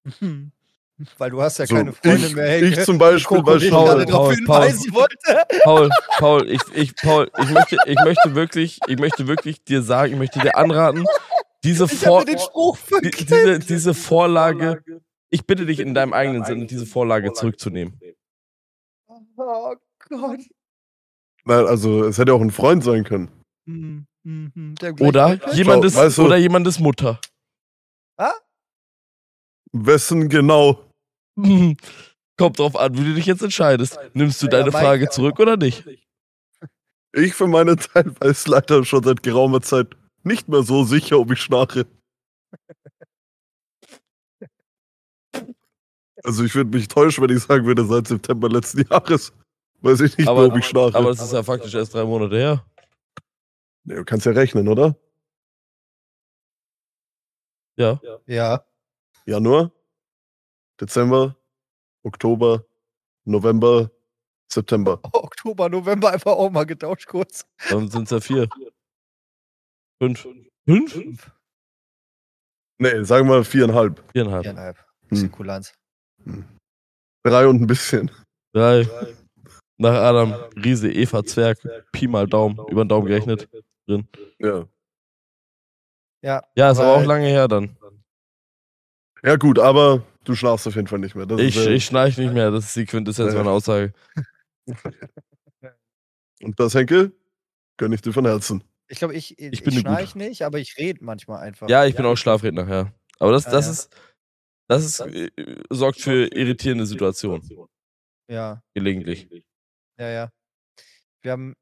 S3: Mm,
S2: hm. Weil du hast ja
S1: So,
S2: keine Freunde
S1: ich,
S2: mehr. hey, ne?
S1: ich zum Beispiel
S2: Coco,
S1: bei
S2: die ich
S3: Paul,
S2: gerade
S1: Schaul.
S2: darauf
S3: Paul,
S2: hinweisen
S3: <laughs>
S2: wollte.
S3: Paul, Paul, ich, ich, Paul, ich möchte, ich möchte wirklich, ich möchte wirklich dir sagen, ich möchte dir anraten, diese
S2: Ich habe
S3: Vor,
S2: mir den Spruch <laughs>
S3: die,
S2: verkehrt.
S3: diese, diese Vorlage, ich bitte dich in deinem eigenen Sinne, diese Vorlage zurückzunehmen.
S2: Oh Gott.
S1: Nein, also es hätte auch ein Freund sein können.
S2: Hm, hm, hm. Der gleiche
S3: Oder
S2: Typ.
S3: jemandes,
S1: Weißt du-
S3: oder jemandes Mutter. <laughs>
S1: Wessen genau?
S3: Hm. Kommt drauf an, wie du dich jetzt entscheidest. Nimmst du
S2: Ja,
S3: deine
S2: Mike,
S3: Frage
S2: aber-
S3: zurück oder nicht?
S1: Ich für meinen Teil weiß leider schon seit geraumer Zeit nicht mehr so sicher, ob ich schnarche. Also ich würde mich täuschen, wenn ich sagen würde, seit September letzten Jahres weiß ich nicht
S3: Aber,
S1: mehr, ob ich schnarche.
S3: aber das ist ja faktisch erst drei Monate her.
S1: Nee, du kannst ja rechnen, oder?
S3: Ja.
S2: Ja.
S1: Januar, Dezember, Oktober, November, September.
S2: Oktober, November einfach auch mal getauscht kurz.
S3: Dann sind es ja vier. Fünf. Fünf?
S1: Nee, sagen wir viereinhalb.
S3: Viereinhalb. Hm.
S2: Viereinhalb.
S1: Bisschen
S2: Kulanz.
S1: Drei und ein bisschen.
S3: Drei. Nach Adam, Riese, Eva, Zwerg, Pi mal Daumen, über den Daumen gerechnet. Drin.
S1: Ja.
S2: Ja,
S3: Ja, ist aber
S2: Weil-
S3: auch lange her dann.
S1: ja, gut, aber du schlafst auf jeden Fall nicht mehr. Das
S3: Ich,
S1: ist, äh,
S3: ich schnarch nicht mehr, das ist die Quintessenz
S1: Ja.
S3: meiner Aussage.
S1: Und das, Henke, gönn ich dir von Herzen.
S2: ich glaube, ich, ich,
S3: bin ne gut.
S2: schnarch nicht, aber ich rede manchmal einfach.
S3: Ja, ich bin auch Schlafredner, ja. Aber das,
S1: Ah,
S2: Ja,
S3: das
S2: ja.
S3: ist, das ist, äh, sorgt für irritierende Situationen,
S2: Ja,
S3: gelegentlich.
S2: ja, ja. Wir haben,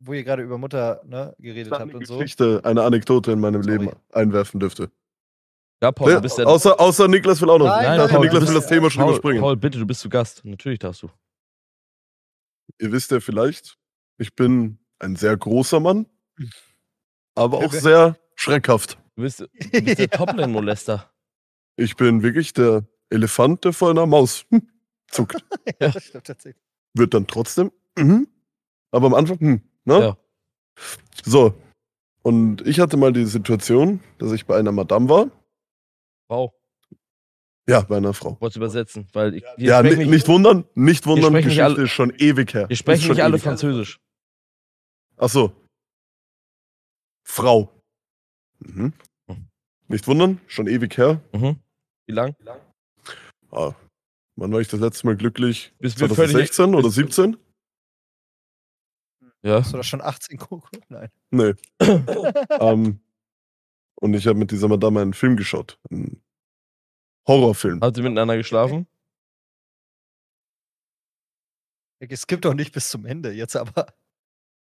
S2: wo ihr gerade über Mutter ne, geredet habt
S1: Eine
S2: und so.
S1: Geschichte, eine Anekdote in meinem
S2: Sorry.
S1: Leben einwerfen dürfte.
S3: Ja, Paul,
S1: Ne?
S3: du bist ja.
S1: außer, außer Niklas will auch noch.
S2: Nein,
S1: ich
S3: nein,
S1: dachte,
S3: Paul, du
S1: Niklas will
S3: bist-
S1: das Thema schon
S3: Paul,
S1: überspringen.
S3: Paul, bitte, du bist zu Gast. Natürlich darfst du.
S1: Ihr wisst ja vielleicht, ich bin ein sehr großer Mann, aber
S3: <laughs>
S1: auch
S2: Ja.
S1: sehr schreckhaft.
S3: Du bist, du bist
S1: <laughs>
S3: der
S2: Ja.
S3: Toplane-Molester.
S1: Ich bin wirklich der Elefant, der vor einer Maus hm, zuckt.
S2: <laughs> Ja, das stimmt tatsächlich.
S1: Wird dann trotzdem, mhm. aber am Anfang, hm, ne?
S3: Ja.
S1: So. Und ich hatte mal die Situation, dass ich bei einer Madame war.
S3: Wow,
S1: Ja, bei einer Frau.
S3: wollt's übersetzen, weil ich, wir
S1: Ja,
S3: sprechen
S1: ni- nicht wundern, nicht wundern,
S3: sprechen nicht
S1: Geschichte
S3: alle-
S1: ist schon ewig her.
S3: wir
S1: Ist
S3: sprechen
S1: schon
S3: nicht alle
S1: ewig her.
S3: Französisch.
S1: Ach so. Frau. Mhm. Nicht wundern, schon ewig her.
S3: Mhm. Wie lang?
S1: Ah, wann war ich das letzte Mal glücklich?
S3: Bis wir völlig.
S1: 2016 oder 17?
S3: Ja.
S2: Hast du da schon 18 Kuchen? Nein.
S1: Nee. ähm, und ich habe mit dieser Madame einen Film geschaut. Einen Horrorfilm.
S3: Habt ihr miteinander geschlafen?
S2: Es gibt doch nicht bis zum Ende jetzt, aber.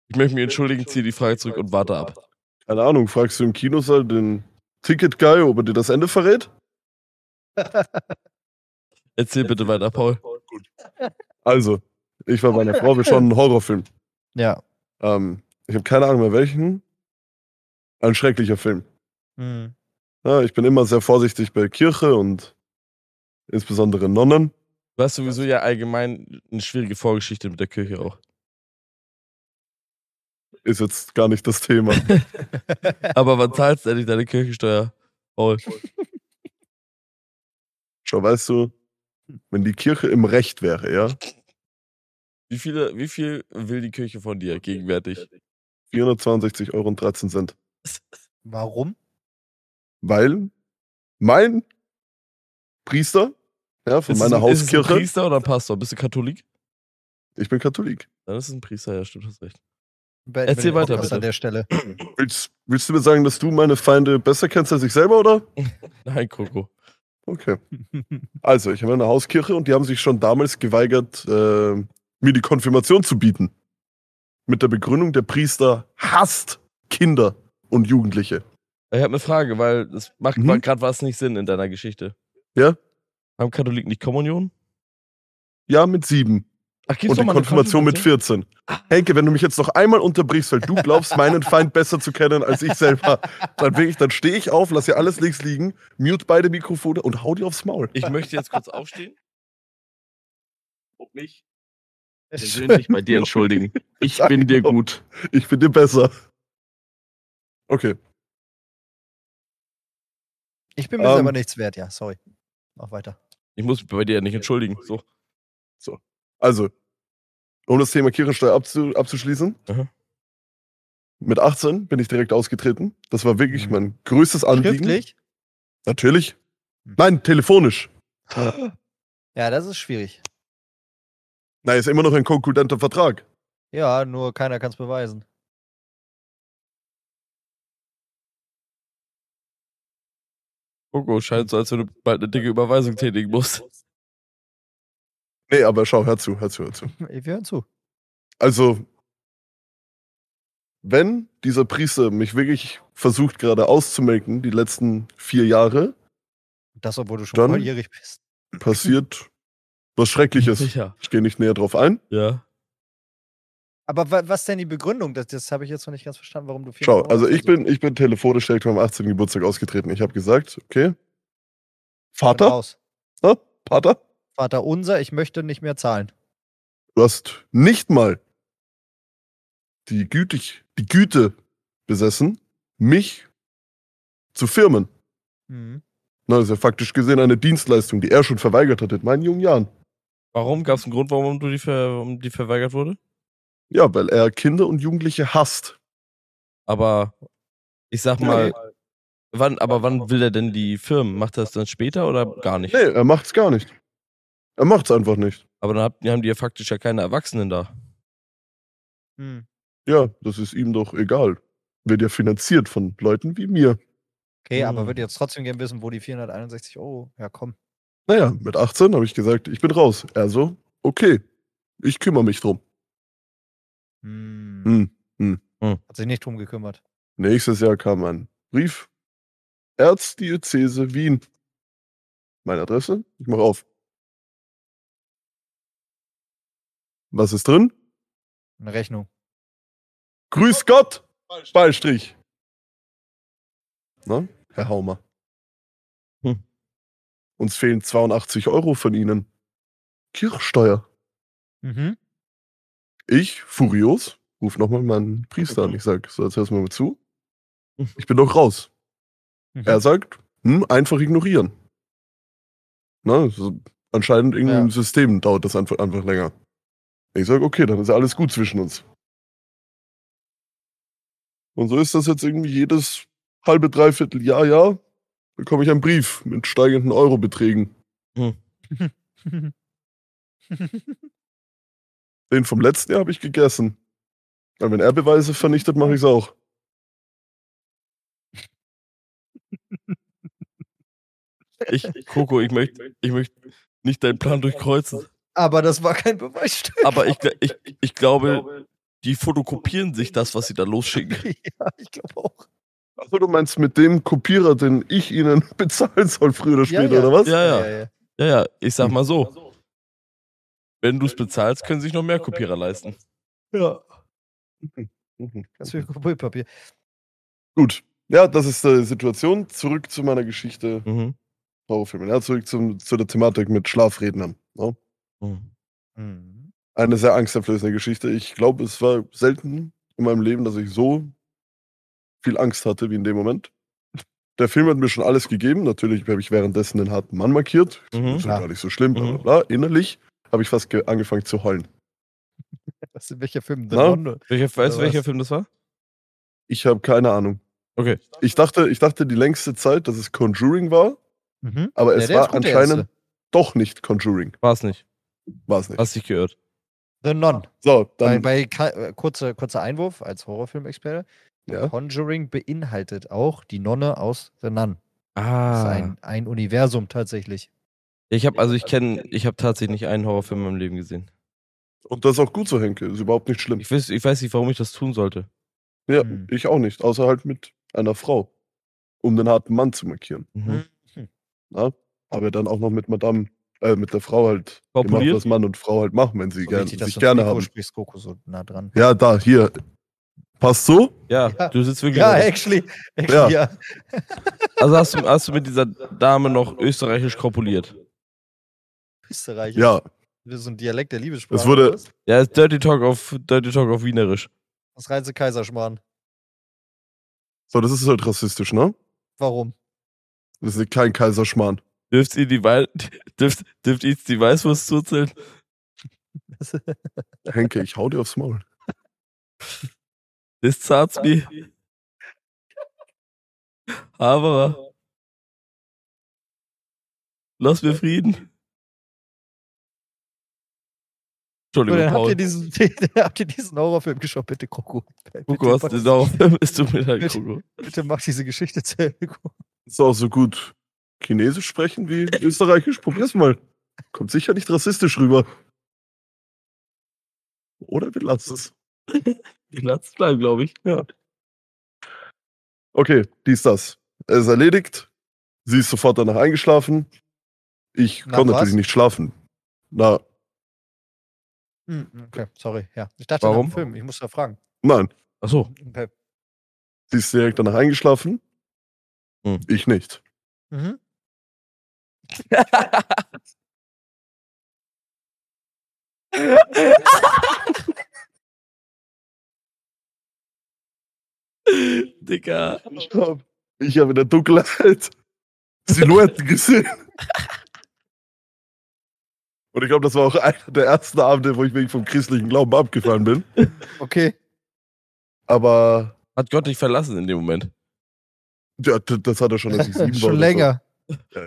S3: Ich möchte mich entschuldigen, ziehe die Frage zurück und warte ab.
S1: Keine Ahnung, fragst du im Kinosaal den Ticket-Guy, ob er dir das Ende verrät?
S3: Erzähl bitte weiter, Paul.
S1: Also, ich war bei einer Frau, wir schauen einen Horrorfilm.
S2: Ja.
S1: Ähm, ich habe keine Ahnung mehr welchen. Ein schrecklicher Film.
S2: Hm.
S1: Ja, ich bin immer sehr vorsichtig bei Kirche und insbesondere Nonnen.
S3: Du hast sowieso ja allgemein eine schwierige Vorgeschichte mit der Kirche auch.
S1: Ist jetzt gar nicht das Thema.
S3: <laughs> Aber wann zahlst du endlich deine Kirchensteuer? Paul.
S1: Schau, weißt du, wenn die Kirche im Recht wäre, ja,
S3: Wie, viele, wie viel will die Kirche von dir gegenwärtig?
S1: 462 Euro und 13 Cent.
S2: Warum?
S1: Weil mein Priester, ja, von
S3: Ist es
S1: meiner
S3: ein- Ist es ein
S1: Hauskirche,
S3: Priester oder ein Pastor? Bist du Katholik?
S1: ich bin Katholik.
S3: Dann ist es ein Priester, ja, stimmt, hast recht.
S2: Beenden
S3: Erzähl
S2: wir den
S3: weiter,
S2: Podcast
S3: bitte.
S2: an der Stelle.
S1: Willst, willst du mir sagen, dass du meine Feinde besser kennst als ich selber, oder?
S3: Nein, Koko.
S1: Okay. Also, ich habe eine Hauskirche und die haben sich schon damals geweigert, äh, mir die Konfirmation zu bieten. Mit der Begründung, der Priester hasst Kinder und Jugendliche.
S3: Ich habe eine Frage, weil das macht
S1: Mhm.
S3: gerade was nicht Sinn in deiner Geschichte.
S1: Ja?
S3: Haben Katholiken nicht Kommunion?
S1: Ja, mit sieben.
S3: Ach, gibt's
S1: Und die
S3: mal eine
S1: Konfirmation mit 14. Henke, wenn du mich jetzt noch einmal unterbrichst, weil du glaubst, meinen Feind besser zu kennen als ich selber, dann, will ich- dann stehe ich auf, lass hier alles links liegen, mute beide Mikrofone und hau dir aufs Maul.
S3: Ich möchte jetzt kurz aufstehen.
S4: Ob nicht,
S2: Schön.
S4: persönlich bei dir entschuldigen. Ich
S1: <laughs>
S4: bin dir gut.
S1: Ich bin dir besser. Okay.
S2: Ich bin mir selber
S1: Ähm.
S2: nichts wert, ja, sorry. Mach weiter.
S3: Ich muss mich bei dir ja nicht entschuldigen. So.
S1: Also, um das Thema Kirchensteuer abzu, abzuschließen.
S3: Aha.
S1: Mit 18 bin ich direkt ausgetreten. Das war wirklich
S2: Mhm.
S1: mein größtes Anliegen.
S2: Schriftlich?
S1: Natürlich.
S2: Mhm.
S1: Nein, telefonisch.
S2: Ja, das ist schwierig.
S1: Nein, ist immer noch ein konkurrenter Vertrag.
S2: Ja, nur keiner kann es beweisen.
S3: Koko, scheint so, als wenn du bald eine dicke Überweisung tätigen musst.
S1: Nee, aber schau, hör zu, hör zu, hör zu.
S2: Wir hören zu.
S1: Also, wenn dieser Priester mich wirklich versucht, gerade auszumelken, die letzten vier Jahre,
S2: Das, obwohl du schon
S1: Dann-
S2: volljährig bist.
S1: passiert was Schreckliches.
S3: Sicher.
S1: Ich gehe nicht näher drauf ein.
S3: Ja.
S2: Aber wa was denn die Begründung? Das, das habe ich jetzt noch nicht ganz verstanden, warum du vier
S1: Schau,
S2: Monate
S1: also ich
S2: versuchst.
S1: bin, ich bin telefonisch direkt am 18. Geburtstag ausgetreten. Ich habe gesagt, okay,
S2: Hört
S1: Vater,
S2: Raus.
S1: ne? Vater,
S2: Vater unser, ich möchte nicht mehr zahlen.
S1: du hast nicht mal die, Gütig, die Güte besessen, mich zu firmen.
S2: Mhm.
S1: Na, das ist ja faktisch gesehen eine Dienstleistung, die er schon verweigert hat in meinen jungen Jahren.
S3: Warum? Gab es einen Grund, warum du die, ver warum die verweigert wurde?
S1: Ja, weil er Kinder und Jugendliche hasst.
S3: Aber ich sag mal, wann, aber wann will er denn die Firmen? Macht er das dann später oder gar nicht?
S1: Nee, er macht's gar nicht. Er macht's einfach nicht.
S3: Aber dann habt- haben die ja faktisch ja keine Erwachsenen da.
S2: Hm.
S1: Ja, das ist ihm doch egal. Wird ja finanziert von Leuten wie mir.
S2: Okay,
S3: Hm.
S2: aber würde jetzt trotzdem gerne wissen, wo die 461 Euro herkommen.
S1: Naja, mit 18 habe ich gesagt, ich bin raus. Also, okay, ich kümmere mich drum.
S2: Hm.
S1: Hm.
S2: Hat sich nicht drum gekümmert.
S1: Nächstes Jahr kam ein Brief. Erzdiözese Wien. Meine Adresse? Ich mache auf. Was ist drin?
S2: Eine Rechnung.
S1: Grüß Gott! Ballstrich. Na, Herr Haumer.
S3: Hm.
S1: Uns fehlen 82 Euro von Ihnen. Kirchsteuer.
S2: Mhm.
S1: Ich, furios, ruf nochmal meinen Priester an. Ich sag, so, jetzt hörst du mir mal zu. Ich bin doch raus.
S2: Mhm.
S1: <laughs> Er sagt, hm, einfach ignorieren. Na, so, anscheinend irgendwie
S2: Ja.
S1: im System dauert das einfach, einfach länger. Ich sage, okay, dann ist ja alles gut zwischen uns. Und so ist das jetzt irgendwie jedes halbe, dreiviertel Jahr, Jahr, bekomme ich einen Brief mit steigenden Eurobeträgen. Den vom letzten Jahr habe ich gegessen. Weil wenn er Beweise vernichtet, mache ich es auch.
S3: Ich, Coco, ich möchte ich möcht nicht deinen Plan durchkreuzen.
S2: aber das war kein Beweisstück.
S3: Aber ich, gl- ich, ich glaube, die fotokopieren sich das, was sie da losschicken. <laughs>
S2: <laughs> ja, ich glaube auch.
S1: Also du meinst mit dem Kopierer, den ich ihnen <laughs> bezahlen soll, früher oder
S2: Ja,
S1: später,
S2: ja.
S1: oder was?
S3: Ja, ja, ja, ja. Ich sag mal so. Wenn du es bezahlst, können sich noch mehr Kopierer leisten.
S2: ja.
S1: Mhm.
S2: Das für Kopierpapier.
S1: Gut. Ja, das ist die Situation. Zurück zu meiner Geschichte.
S3: Mhm.
S1: Horrorfilmen. Ja, zurück zum, zu der Thematik mit Schlafrednern. Ne?
S3: Mhm.
S2: <laughs> Mhm.
S1: Eine sehr angsteinflößende Geschichte. Ich glaube, es war selten in meinem Leben, dass ich so viel Angst hatte wie in dem Moment. Der Film hat mir schon alles gegeben. Natürlich habe ich währenddessen den harten Mann markiert.
S3: Mhm.
S1: Das ist ja gar nicht so schlimm. Bla,
S3: Mhm.
S1: bla, bla. Innerlich habe ich fast ge- angefangen zu heulen.
S2: Was in welcher Film? The
S1: Na?
S2: Nonne.
S3: Welcher, weißt du,
S2: Oder
S3: welcher
S2: was?
S3: Film das war?
S1: Ich habe keine Ahnung.
S3: Okay.
S1: Ich dachte, ich dachte die längste Zeit, dass es Conjuring war,
S2: Mhm.
S1: aber
S2: Ja,
S1: es
S2: der ist
S1: war
S2: gut, der
S1: anscheinend
S2: erste.
S1: doch nicht Conjuring.
S3: War es nicht.
S1: War es nicht.
S3: Hast dich gehört.
S2: The Nun.
S1: So,
S2: Bei,
S1: Ah, dann.
S2: bei Ka- äh, kurzer, kurzer Einwurf als Horrorfilmexperte.
S1: ja.
S2: Conjuring beinhaltet auch die Nonne aus The Nun. Das ist
S3: Ah.
S2: ein, ein Universum tatsächlich.
S3: Ich habe also ich kenne, ich habe tatsächlich nicht einen Horrorfilm in meinem Leben gesehen.
S1: Und das ist auch gut so, Henke. Ist überhaupt nicht schlimm.
S3: Ich weiß, ich weiß nicht, warum ich das tun sollte.
S1: Ja,
S2: Hm.
S1: ich auch nicht, außer halt mit einer Frau, um den harten Mann zu markieren.
S3: Mhm.
S1: Aber dann auch noch mit Madame, äh, mit der Frau halt gemacht,
S3: Korpuliert?
S1: was Mann und Frau halt machen, wenn sie
S2: So
S1: gern,
S2: wichtig, dass
S1: sich
S2: du
S1: gerne
S2: ins Mikro
S1: haben.
S2: sprichst, Coco, so nah dran.
S1: Ja, da, hier. Passt so?
S2: <laughs>
S3: Ja,
S2: Ja.
S3: du sitzt wirklich.
S2: Ja,
S3: da.
S2: actually. actually ja.
S3: Also hast du, hast du mit dieser Dame noch österreichisch korpuliert.
S2: Österreich.
S1: Ja,
S2: Das ist so ein Dialekt der Liebessprache.
S1: Es wurde-
S2: oder was?
S3: Ja, ist Dirty Talk auf Dirty Talk auf Wienerisch.
S2: Das reinste Kaiserschmarrn.
S1: so, das ist halt rassistisch, ne?
S2: Warum? <laughs>
S1: Das ist kein Kaiserschmarrn.
S3: Dürft ihr die Wei <laughs> dürft, dürft ihr die Weißwurst zuzählen?
S2: Das-
S1: Henke, ich hau dir aufs Maul.
S3: Das zart's mir. Aber lass mir Frieden.
S2: Gut,
S3: Entschuldigung,
S2: dann habt ihr
S3: Paul.
S2: diesen, <laughs> habt ihr diesen Horrorfilm geschaut, bitte, Coco.
S3: Coco,
S2: bitte,
S3: hast du
S2: mach-
S3: den Horrorfilm? Es tut mir leid,
S2: Bitte.
S3: Coco.
S2: bitte mach diese Geschichte zu Ende. Coco.
S1: Ist auch so gut Chinesisch sprechen wie Österreichisch. Probier's mal. Kommt sicher nicht rassistisch rüber. Oder wir lassen es.
S3: Ich lass es bleiben, glaube ich. Ja.
S1: Okay, dies, das. Er ist erledigt. Sie ist sofort danach eingeschlafen. Ich
S2: Nach
S1: konnte
S2: was?
S1: natürlich nicht schlafen. Na,
S2: Hm, okay, sorry. Ja. Ich dachte, nach dem
S3: Warum?
S2: Film. Ich muss da fragen.
S1: nein.
S3: Achso.
S2: Okay.
S1: Sie ist direkt danach eingeschlafen.
S3: Hm.
S1: Ich nicht.
S2: Mhm.
S3: Digga.
S1: Ich habe ich hab in der
S3: <laughs>
S1: Dunkelheit Silhouetten gesehen. Und ich glaube, das war auch einer der ersten Abende, wo ich wegen vom christlichen Glauben abgefahren bin.
S2: Okay.
S1: Aber
S3: Hat Gott dich verlassen in dem Moment.
S1: ja, d- das hat er schon, als ich
S2: <laughs>
S1: sieben war.
S2: Schon
S1: oder
S2: länger.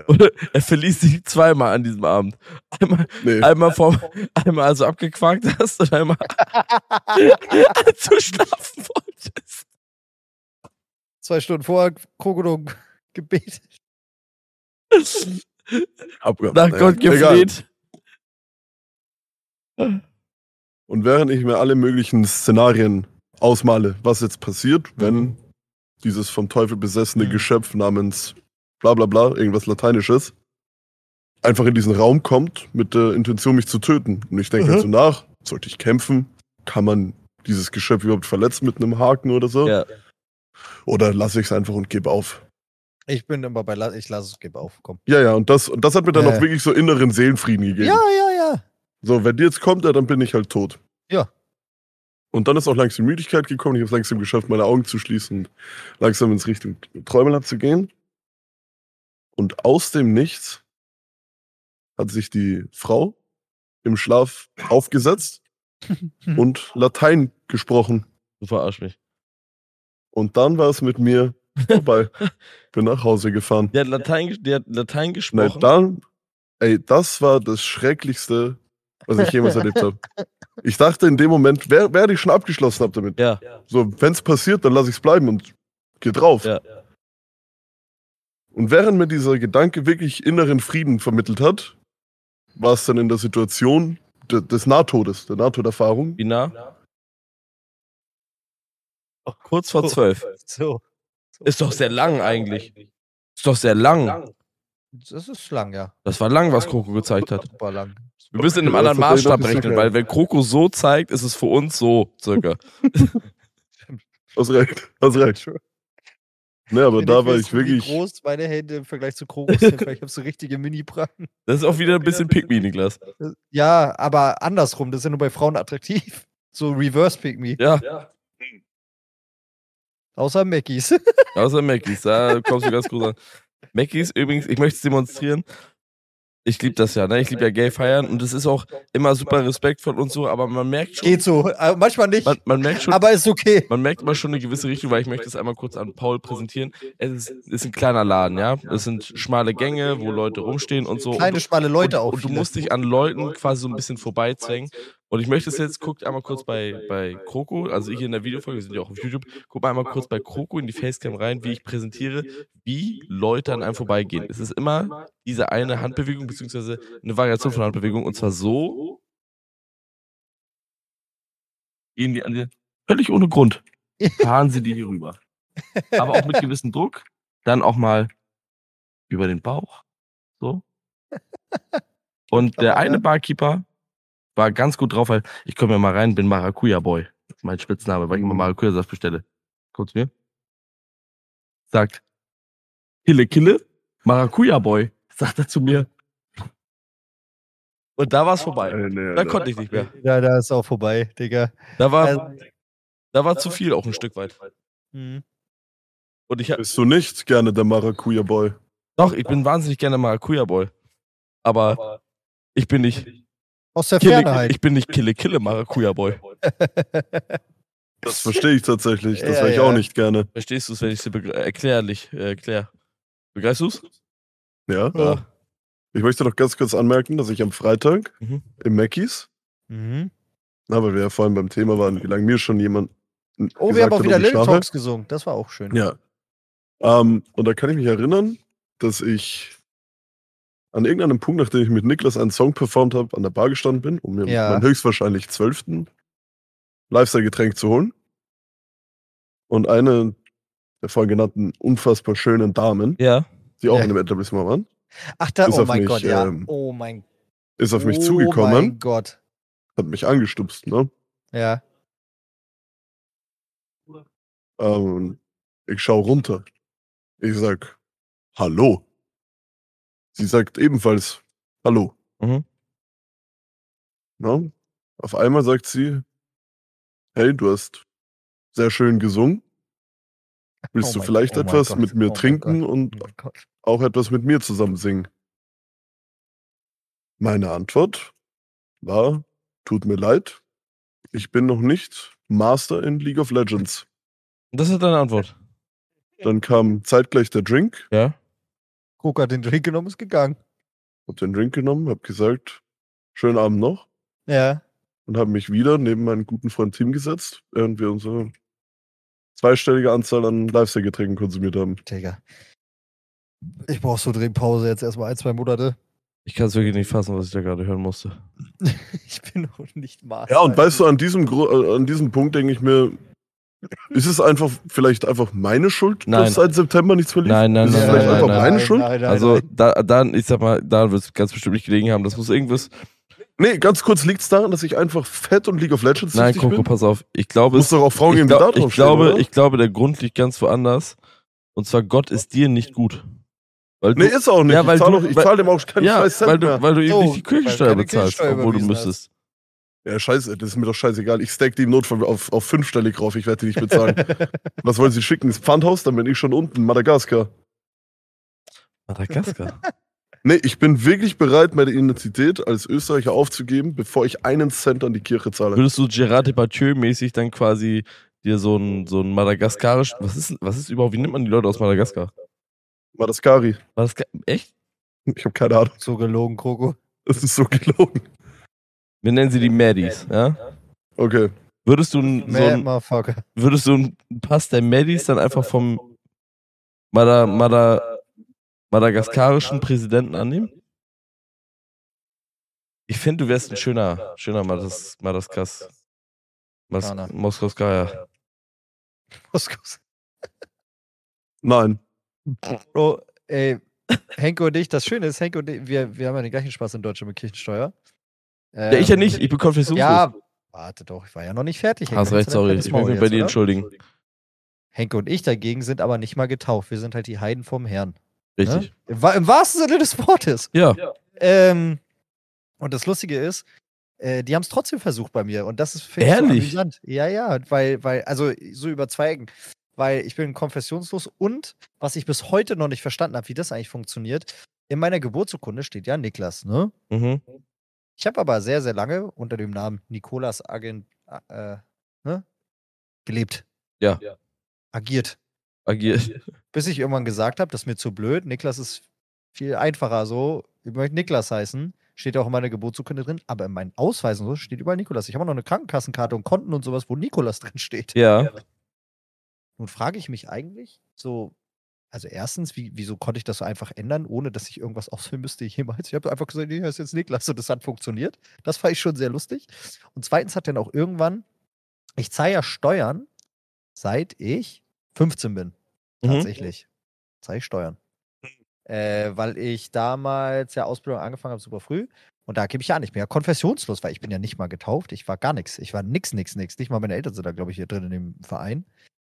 S3: Oder er verließ dich zweimal an diesem Abend. Einmal,
S1: So. Nee.
S3: einmal, vom, einmal als du abgequakt hast und einmal <laughs> als du schlafen wolltest.
S2: Zwei Stunden vorher Krokodil <laughs> gebetet.
S1: Abgehauen.
S3: Nach
S1: Naja,
S3: Gott
S1: egal.
S3: gefleht.
S1: Und während ich mir alle möglichen Szenarien ausmale, was jetzt passiert, wenn dieses vom Teufel besessene
S2: Mhm.
S1: Geschöpf namens bla bla bla, irgendwas Lateinisches, einfach in diesen Raum kommt mit der Intention, mich zu töten. Und ich denke
S3: Mhm.
S1: halt so nach, sollte ich kämpfen? Kann man dieses Geschöpf überhaupt verletzen mit einem Haken oder so?
S3: Ja.
S1: Oder lasse ich es einfach und gebe auf?
S2: Ich bin immer bei, La ich lasse es, gebe auf, komm.
S1: Ja, ja, und das, und das hat mir dann
S2: Ja,
S1: auch
S2: ja.
S1: wirklich so inneren Seelenfrieden gegeben.
S2: Ja, ja, ja.
S1: So, wenn die jetzt kommt, ja, dann bin ich halt tot.
S2: Ja.
S1: Und dann ist auch langsam Müdigkeit gekommen. Ich habe es langsam geschafft, meine Augen zu schließen und langsam ins Richtung Träumeland zu gehen. Und aus dem Nichts hat sich die Frau im Schlaf aufgesetzt und Latein gesprochen.
S3: Du verarsch mich.
S1: Und dann war es mit mir vorbei. Bin nach Hause gefahren.
S3: Die hat Latein, ge- die hat Latein
S1: Nein,
S3: gesprochen.
S1: dann, ey, das war das Schrecklichste, was ich jemals erlebt habe. Ich dachte in dem Moment, wer- werde ich schon abgeschlossen habe damit.
S3: ja.
S1: So, wenn es passiert, dann lasse ich es bleiben und geh drauf.
S3: Ja.
S1: Und während mir dieser Gedanke wirklich inneren Frieden vermittelt hat, war es dann in der Situation de des Nahtodes, der Nahtoderfahrung.
S3: Wie nah? Kurz vor zwölf.
S2: So.
S3: Ist doch sehr lang eigentlich. Hm. Ist doch sehr lang.
S2: Das ist lang, ja.
S3: Das war lang, was Kroko gezeigt hat.
S2: Super lang.
S3: Wir müssen in einem
S1: Okay,
S3: anderen
S1: das hat er
S3: Maßstab
S1: noch nicht
S3: rechnen,
S1: erklärt.
S3: weil wenn Kroko so zeigt, ist es für uns so, circa.
S1: Hast recht, hast recht. Ne, aber da war ich
S2: Wie
S1: wirklich.
S2: groß meine Hände im Vergleich zu Krokus sind, <laughs> weil ich habe so richtige Mini-Pranken.
S3: Das ist auch wieder ein bisschen pick me, Niklas.
S2: Äh, Ja, aber andersrum, das ist ja nur bei Frauen attraktiv. <laughs> So reverse pick me.
S3: Ja,
S2: Außer Mackies.
S3: außer Mackies, da kommst du ganz groß an. Mackies übrigens, ich möchte es demonstrieren. Ich liebe das ja, ne? Ich liebe ja Gay feiern und es ist auch immer super Respekt von uns so, aber man merkt
S2: <laughs>
S3: schon,
S2: Geht so. Äh, Manchmal nicht,
S3: man, man merkt schon,
S2: aber ist okay.
S3: Man merkt mal schon eine gewisse Richtung, weil ich möchte es einmal kurz an Paul präsentieren. Es ist, es ist ein kleiner Laden, ja. Es sind schmale Gänge, wo Leute rumstehen und so.
S2: Kleine,
S3: und,
S2: schmale Leute
S3: und,
S2: auch.
S3: Und du
S2: viele.
S3: musst dich an Leuten quasi so ein bisschen vorbeizwängen. Und ich möchte es jetzt, guckt einmal kurz bei, bei Kroko, also hier in der Videofolge, wir sind ja auch auf YouTube, guck mal einmal kurz bei Kroko in die Facecam rein, wie ich präsentiere, wie Leute an einem vorbeigehen. Es ist immer diese eine Handbewegung, beziehungsweise eine Variation von Handbewegung, und zwar so,
S4: Gehen die an dir. Völlig ohne Grund. Fahren sie dir hier
S3: <laughs>
S4: rüber. Aber auch mit gewissem Druck. Dann auch mal über den Bauch. So. Und der eine Barkeeper war ganz gut drauf, weil ich komme ja mal rein, bin Maracuja-Boy. Das ist mein Spitzname, weil ich immer
S3: Mhm.
S4: Maracuja-Saft bestelle. Kommt mir. Sagt, Kille, Kille, Maracuja-Boy. Sagt er zu mir.
S3: und da war es vorbei.
S1: Äh, nee,
S3: Da
S1: Alter.
S3: konnte ich nicht mehr.
S2: Ja, da ist auch vorbei, Digga.
S3: Da war,
S2: Also,
S3: da war zu viel auch ein Stück weit.
S1: Mhm.
S2: hm.
S3: Und ich hab-
S1: Bist du nicht gerne der Maracuja-Boy?
S3: Doch, ich bin wahnsinnig gerne Maracuja-Boy. Aber ich bin nicht
S2: Aus der Ferne
S3: Kille,
S2: halt.
S3: ich bin nicht Kille Kille Maracuja-Boy.
S1: Das verstehe ich tatsächlich. Das
S2: Ja,
S1: wäre ich
S2: ja.
S1: auch nicht gerne.
S3: Verstehst du es, wenn ich es erklärlich äh, erkläre? Begreifst du es?
S1: Ja? Ich möchte noch ganz kurz anmerken, dass ich am Freitag
S3: Mhm.
S1: im Mackies
S2: Mhm.
S1: Na, weil wir ja vorhin beim Thema waren, wie lange mir schon jemand.
S2: Oh, wir
S1: gesagt
S2: haben auch
S1: hat,
S2: wieder
S1: ob ich
S2: Little
S1: schlafe.
S2: Talks gesungen. Das war auch schön.
S1: Ja. Ähm, und da kann ich mich erinnern, dass ich an irgendeinem Punkt, nachdem ich mit Niklas einen Song performt habe, an der Bar gestanden bin, um mir
S2: Ja.
S1: meinen höchstwahrscheinlich zwölften Lifestyle-Getränk zu holen. Und eine der vorhin genannten unfassbar schönen Damen,
S3: Ja.
S1: die auch
S2: Ja.
S1: in dem Etablissement waren,
S2: Ach da,
S1: Ist
S2: oh
S1: auf
S2: mein
S1: mich,
S2: Gott, ja.
S1: ähm,
S2: oh mein Gott.
S1: ist auf mich
S2: Oh mein
S1: zugekommen,
S2: Gott.
S1: hat mich angestupst. Ne?
S2: Ja.
S1: Ähm, ich schaue runter. Ich sag, hallo. Sie sagt ebenfalls, hallo.
S3: Mhm.
S1: Na? Auf einmal sagt sie, hey, du hast sehr schön gesungen. Willst
S2: Oh
S1: du
S2: mein-
S1: vielleicht
S2: oh mein
S1: etwas
S2: Gott,
S1: mit
S2: oh
S1: mir
S2: mein
S1: trinken und
S2: Oh mein Gott.
S1: auch etwas mit mir zusammen singen? Meine Antwort war, tut mir leid, ich bin noch nicht Master in League of Legends.
S3: Das ist deine Antwort.
S1: Dann kam zeitgleich der Drink,
S3: Ja?
S2: Coca hat den Drink genommen, ist gegangen.
S1: hab den Drink genommen, hab gesagt, schönen Abend noch
S2: Ja.
S1: und hab mich wieder neben meinen guten Freund Team gesetzt, während wir unsere zweistellige Anzahl an Lifestyle-Getränken konsumiert haben.
S2: Digga. Ich brauch so dringend Pause jetzt erstmal ein, zwei Monate. <laughs>
S3: Ich kann es wirklich nicht fassen, was ich da gerade hören musste.
S2: Ich bin noch nicht Master.
S1: Ja, und weißt du, an diesem, Gro- äh, an diesem Punkt denke ich mir, ist es einfach vielleicht einfach meine Schuld,
S3: Nein.
S1: dass seit September nichts mehr lief?
S3: Nein, nein,
S1: ist es
S3: nein,
S1: vielleicht
S3: nein,
S1: einfach
S3: nein,
S1: meine Schuld?
S2: Nein, nein,
S3: also,
S2: nein.
S3: da, dann, ich sag mal, da wird es ganz bestimmt nicht gelegen haben. Das muss irgendwas.
S1: Nee, ganz kurz liegt es daran, dass ich einfach fett und League of Legends
S3: Nein,
S1: süchtig
S3: Coco,
S1: bin.
S3: pass auf. Ich glaube,
S1: Muss
S3: es.
S1: doch auch Frauen
S3: Ich,
S1: geben, die da
S3: glaub,
S1: drauf
S3: ich,
S1: stehen,
S3: glaube,
S1: oder?
S3: ich glaube, der Grund liegt ganz woanders. Und zwar, Gott ist dir nicht gut. Weil du,
S1: Nee, ist auch nicht.
S3: Ja, weil
S1: ich zahle
S3: du-
S1: doch- ich
S3: weil-
S1: zahle dem auch keinen
S3: ja,
S1: scheiß Cent
S3: weil, du,
S1: mehr. Oh,
S3: weil du eben
S2: So,
S3: nicht die
S2: weil du
S3: Kirchensteuer
S2: keine
S3: bezahlst,
S2: Kirchensteuer
S3: obwohl du
S2: überwiesen hast.
S3: müsstest.
S1: Ja, scheiße, das ist mir doch scheißegal. Ich stack die im Notfall auf, auf fünfstellig rauf, ich werde die nicht bezahlen.
S2: <laughs>
S1: Was wollen sie schicken? Das Pfandhaus? Dann bin ich schon unten, Madagaskar.
S3: Madagaskar.
S1: Nee, ich bin wirklich bereit, meine Identität als Österreicher aufzugeben, bevor ich einen Cent an die Kirche zahle.
S3: <laughs> Würdest du Gerard Depardieu-mäßig dann quasi dir so einen so einen madagaskarischen. Was ist, was ist überhaupt, wie nennt man die Leute aus Madagaskar?
S1: Madagaskari.
S3: Madagaskar echt?
S1: Ich habe keine Ahnung.
S2: so gelogen, Kroko.
S1: Das ist so gelogen.
S3: Wir nennen sie die Maddies, ja?
S1: Okay.
S3: Würdest du n- so
S2: Mad
S3: einen
S2: Motherfucker. <laughs>
S3: würdest du einen Pass der Medis dann einfach vom Mada, Mada, madagaskarischen Präsidenten annehmen? Ich finde, du wärst ein schöner, schöner Madas, Madaskas. Mas,
S2: Kana.
S3: Moskowskaya.
S2: Moskos.
S1: Nein.
S2: Bro, ey, Henke und ich, das Schöne ist, Henke und ich, wir, wir haben ja den gleichen Spaß in Deutschland mit Kirchensteuer.
S3: Ja, ich ja
S2: Ähm,
S3: nicht, ich bin konfessionslos.
S2: Ja, warte doch, ich war ja noch nicht fertig. Henke.
S3: Hast
S2: Jetzt
S3: recht,
S2: dein
S3: sorry.
S2: fettes
S3: Ich muss
S2: Maul
S3: mich bei
S2: jetzt,
S3: dir
S2: oder?
S3: entschuldigen.
S2: Henke und ich dagegen sind aber nicht mal getauft. Wir sind halt die Heiden vom Herrn. ne?
S3: Richtig.
S2: Im, wa- Im wahrsten Sinne des Wortes.
S3: Ja.
S2: Ähm, und das Lustige ist, äh, die haben es trotzdem versucht bei mir. Und das ist finde ich,
S3: Ehrlich?
S2: So amüsant. ja, ja, weil, weil, also so überzeugen. Weil ich bin konfessionslos und was ich bis heute noch nicht verstanden habe, wie das eigentlich funktioniert, in meiner Geburtsurkunde steht ja Niklas, ne?
S3: Mhm.
S2: Ich habe aber sehr, sehr lange unter dem Namen Nikolas Agent äh, ne? gelebt.
S3: Ja.
S2: Agiert
S3: Agiert.
S2: bis ich irgendwann gesagt habe, das ist mir zu blöd. Niklas ist viel einfacher so. Ich möchte Niklas heißen. Steht auch in meiner Geburtsurkunde drin, aber in meinen Ausweisen und so steht überall Nikolas. Ich habe auch noch eine Krankenkassenkarte und Konten und sowas, wo Nikolas drin steht.
S3: Ja. mhm.
S2: Nun frage ich mich eigentlich so, also erstens, wie, wieso konnte ich das so einfach ändern, ohne dass ich irgendwas ausfüllen müsste jemals? Ich habe einfach gesagt, nee, heißt jetzt Niklas und das hat funktioniert. Das fand ich schon sehr lustig. Und zweitens hat dann auch irgendwann, ich zahle ja Steuern, seit ich 15 bin.
S3: Mhm.
S2: Tatsächlich. Zeige ich Steuern. Äh, weil ich damals ja Ausbildung angefangen habe, super früh. Und da gebe ich ja an, ich bin ja konfessionslos, weil ich bin ja nicht mal getauft. Ich war gar nichts. Ich war nix, nix, nix. Nicht mal meine Eltern sind da, glaube ich, hier drin in dem Verein.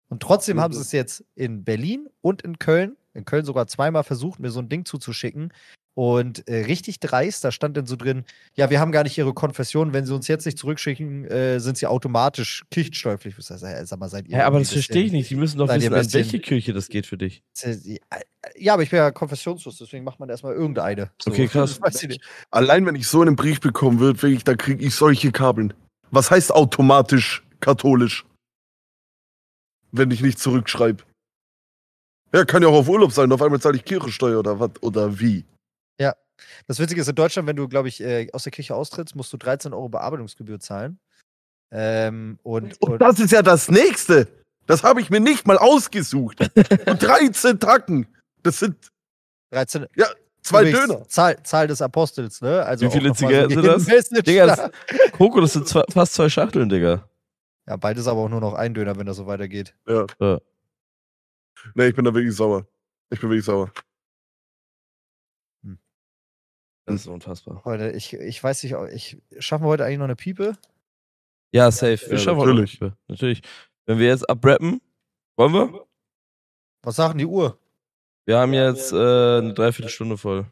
S2: Und trotzdem haben sie es jetzt in Berlin und in Köln, in Köln sogar zweimal versucht, mir so ein Ding zuzuschicken. Und äh, richtig dreist, da stand dann so drin, ja, wir haben gar nicht ihre Konfession, wenn sie uns jetzt nicht zurückschicken, äh, sind sie automatisch kirchensteuerpflichtig. Ich sag, Sag mal, seid ihr
S3: Hä, aber
S2: irgendwie
S3: das verstehe ich
S2: bisschen-
S3: nicht. Die müssen doch
S2: Seid ihr
S3: wissen,
S2: ein
S3: an
S2: bisschen-
S3: welche Kirche das geht für dich.
S2: Äh, Ja, aber ich bin ja konfessionslos, deswegen macht man erstmal irgendeine. So.
S3: Okay,
S2: <laughs>
S3: krass.
S2: Weiß ich nicht.
S1: Allein wenn ich so einen Brief bekommen würde, wirklich, dann kriege ich solche Kabeln. Was heißt automatisch katholisch? Wenn ich nicht zurückschreibe. Ja, kann ja auch auf Urlaub sein. Auf einmal zahle ich Kirchensteuer oder was? Oder wie?
S2: Das Witzige ist, in Deutschland, wenn du, glaube ich, äh, aus der Kirche austrittst, musst du 13 Euro Bearbeitungsgebühr zahlen. Ähm,
S3: <laughs>
S2: und,
S1: Und
S2: und
S1: das ist ja das Nächste. Das habe ich mir nicht mal ausgesucht. Und 13 Tacken. Das sind
S2: 13
S1: zwei
S2: übrigens,
S1: Döner.
S2: Zahl, Zahl des Apostels, ne? Also
S3: Wie
S2: auch
S3: viele
S2: noch mal
S3: Zigaretten sind
S2: jeden
S3: das?
S2: Message
S3: Digga,
S2: da.
S3: das,
S1: <laughs>
S3: Coco, das sind zwei, fast zwei Schachteln, Digga.
S2: Ja, bald ist aber auch nur noch ein Döner, wenn das so weitergeht.
S1: Ja.
S3: Ja.
S1: Nee, ich bin da wirklich sauer. Ich bin wirklich sauer.
S3: Das ist unfassbar.
S2: Heute, ich, ich weiß nicht, ob- ich schaffen wir heute eigentlich noch eine Piepe?
S3: Ja, safe. Wir
S1: Ja,
S3: schaffen
S1: natürlich.
S3: Auch, natürlich. Wenn wir jetzt abrappen, wollen wir?
S2: Was sagt denn die Uhr?
S3: Wir haben jetzt äh, eine Dreiviertelstunde voll.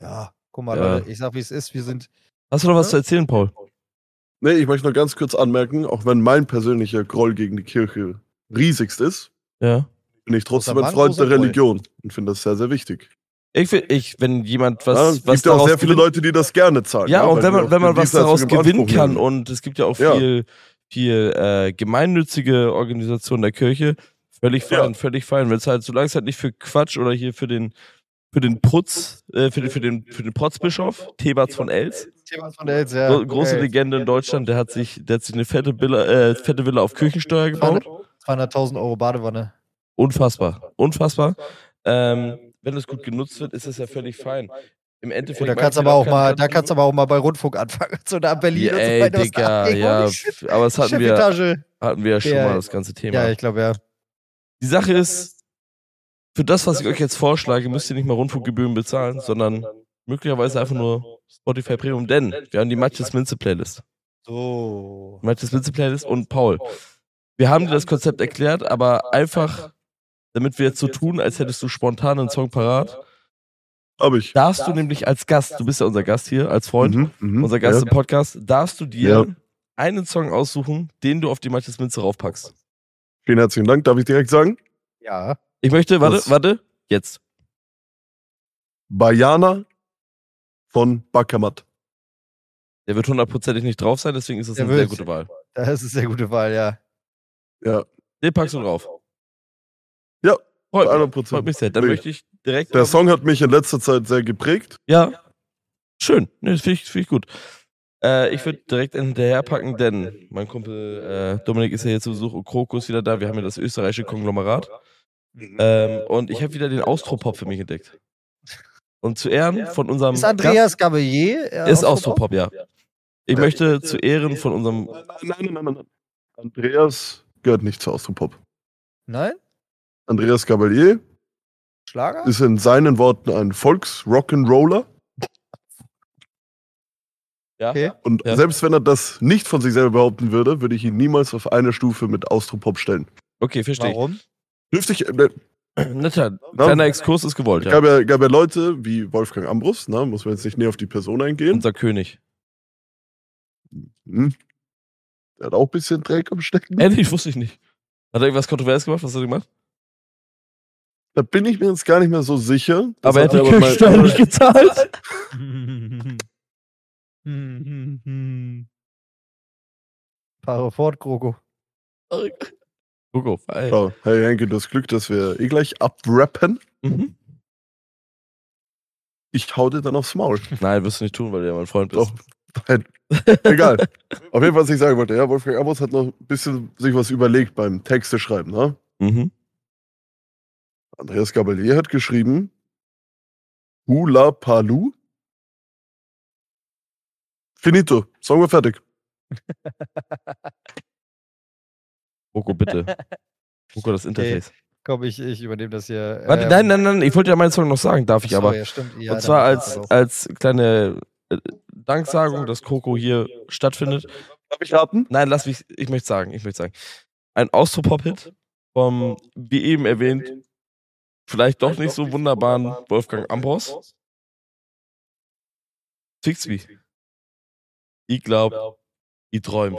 S2: Ja, guck mal,
S3: Ja.
S2: Leute, ich sag, wie es ist. Wir sind.
S3: Hast du noch was zu erzählen, Paul?
S1: Nee, ich möchte nur ganz kurz anmerken, auch wenn mein persönlicher Groll gegen die Kirche riesigst ist,
S3: Ja.
S1: bin ich trotzdem
S2: Großer
S1: ein
S2: Mann,
S1: Freund der
S2: großer Groll.
S1: Religion und finde das sehr, sehr wichtig.
S3: Ich, find- ich, wenn jemand was,
S1: ja, es
S3: was
S1: gibt ja auch sehr
S3: daraus
S1: viele
S3: gewinnt-
S1: Leute, die das gerne zahlen.
S2: ne?
S3: Ja,
S1: weil
S3: und wenn
S1: die
S3: man,
S1: auch
S3: wenn
S1: die
S3: man was
S1: Dienstleistung
S3: daraus
S1: in Anspruch
S3: gewinnen kann
S1: nehmen.
S3: und es gibt ja auch
S1: Ja.
S3: viel, viel äh, gemeinnützige Organisationen der Kirche, völlig
S1: Ja.
S3: fein, völlig fein. Wenn es halt, solange es halt nicht für Quatsch oder hier für den für den Putz, äh, für, den, für, den, für den Protzbischof, Thebats von Els,
S2: Thema von der Elz, ja.
S3: so, große
S2: Ey,
S3: Legende in Deutschland, der hat sich, der hat sich eine fette Villa, äh, fette Villa auf Kirchensteuer gebaut.
S2: 200.000 äh, Euro Badewanne.
S3: Unfassbar. Unfassbar. Ähm, wenn es gut genutzt wird, ist es ja völlig fein. Im Endeffekt.
S2: Und da
S3: mag
S2: kannst du
S3: Oh, ich genau
S2: aber
S3: auch
S2: auch
S3: keinen
S2: mal,
S3: Land-
S2: da kannst du aber auch mal bei Rundfunk anfangen. <laughs> So nach Berlin
S3: ja,
S2: und so
S3: ey,
S2: weiter. was da
S3: Digga,
S2: abging.
S3: ja,
S2: Holy shit.
S3: f- aber das hatten wir,
S2: Chefetage.
S3: hatten wir ja schon
S2: Ja,
S3: mal,
S2: ja.
S3: das ganze Thema.
S2: Ja, ich glaube, ja.
S3: Die Sache ist, für das, was ich euch jetzt vorschlage, müsst ihr nicht mal Rundfunkgebühren bezahlen, sondern möglicherweise einfach nur Spotify Premium, denn wir haben die Matches Minze Playlist.
S2: So.
S3: Matches Minze Playlist und Paul. Wir haben dir das Konzept erklärt, aber einfach, damit wir jetzt so tun, als hättest du spontan einen Song parat,
S1: Hab ich.
S3: darfst du nämlich als Gast, du bist ja unser Gast hier, als Freund,
S1: Mhm, mhm,
S3: unser Gast
S1: ja.
S3: im Podcast, darfst du
S1: Ja.
S3: dir einen Song aussuchen, den du auf die Matches Minze raufpackst.
S1: Vielen herzlichen Dank. Darf ich direkt sagen?
S2: Ja.
S3: Ich möchte, warte,
S1: Das-
S3: warte, jetzt.
S1: Bayana von Bakamat.
S3: Der wird hundertprozentig nicht drauf sein, deswegen ist das
S2: Der
S3: eine sehr
S2: wird-
S3: gute Wahl.
S2: Das ist eine gute Wahl, ja.
S3: Ähm, Den packst du drauf.
S1: Ja,
S3: freut mich,
S1: 100%.
S3: freut mich sehr. Dann
S1: Nee.
S3: möchte ich direkt.
S1: Der Song hat mich in letzter Zeit sehr geprägt.
S3: Ja. Schön. Nee, das finde ich, find ich gut. Äh, ich würde direkt einen hinterherpacken, denn mein Kumpel äh, Dominik ist ja hier zu Besuch und Kroko ist wieder da. Wir haben ja das österreichische Konglomerat. Ähm, und ich habe wieder den Austropop für mich entdeckt. Und zu Ehren von unserem.
S2: Ist Andreas Gabelier? äh,
S3: Gast, ist
S2: Austropop?
S3: Austropop, ja. Ich möchte zu Ehren von unserem.
S1: Nein, nein, nein, nein, nein. Andreas gehört nicht zu Austropop.
S2: Nein?
S1: Andreas Gabalier
S2: Schlager?
S1: ist in seinen Worten ein Volks-Rock'n'Roller.
S3: Ja.
S2: Okay.
S1: Und
S3: Ja.
S1: selbst wenn er das nicht von sich selber behaupten würde, würde ich ihn niemals auf eine Stufe mit Austropop stellen.
S3: Okay, verstehe. ich.
S2: Warum?
S1: Dürfte ich, äh,
S3: <clears throat> Netter, kleiner Exkurs ist gewollt, ja.
S1: gab, ja, gab ja Leute wie Wolfgang Ambrus, ne, muss man jetzt nicht näher auf die Person eingehen.
S3: Unser König.
S1: Hm. Der hat auch ein bisschen Dreck am Stecken.
S3: Ehrlich, wusste ich nicht. Hat er irgendwas kontrovers gemacht? Was hat er gemacht?
S1: Da bin ich mir jetzt gar nicht mehr so sicher. Das
S3: aber er hat die
S1: mal- <laughs>
S3: Kirchensteuer
S2: <laughs>
S3: nicht gezahlt.
S2: Paare fort, Kroko.
S3: Guck ey.
S1: Oh, hey Henke, du hast Glück, dass wir eh gleich abrappen.
S3: Mhm.
S1: Ich hau dir dann aufs Maul.
S3: Nein, wirst du nicht tun, weil du ja mein Freund bist.
S1: Doch. Egal. Auf jeden Fall, was ich sagen wollte. Ja, Wolfgang Ambrus hat noch ein bisschen sich was überlegt beim Texte schreiben. Ne?
S3: Mhm.
S1: Andreas Gabalier hat geschrieben: Hula Palu. Finito. Song war fertig.
S3: Roko, bitte.
S2: <laughs>
S3: Roko, das Interface.
S2: Komm, ich, ich übernehme das hier.
S3: Warte,
S2: Ähm,
S3: nein, nein, nein, ich wollte ja meinen Song noch sagen, darf ich
S2: sorry,
S3: aber.
S2: ja, stimmt, ja,
S3: Und zwar
S2: dann-
S3: als, als kleine äh, Danksagung, dass Coco hier stattfindet.
S1: Darf ich raten?
S3: Nein, lass mich, ich möchte sagen, ich möchte sagen. Ein Austropop-Hit vom, wie eben erwähnt, vielleicht doch nicht so wunderbaren Wolfgang Ambros. Fixby. Ich glaub, ich träum.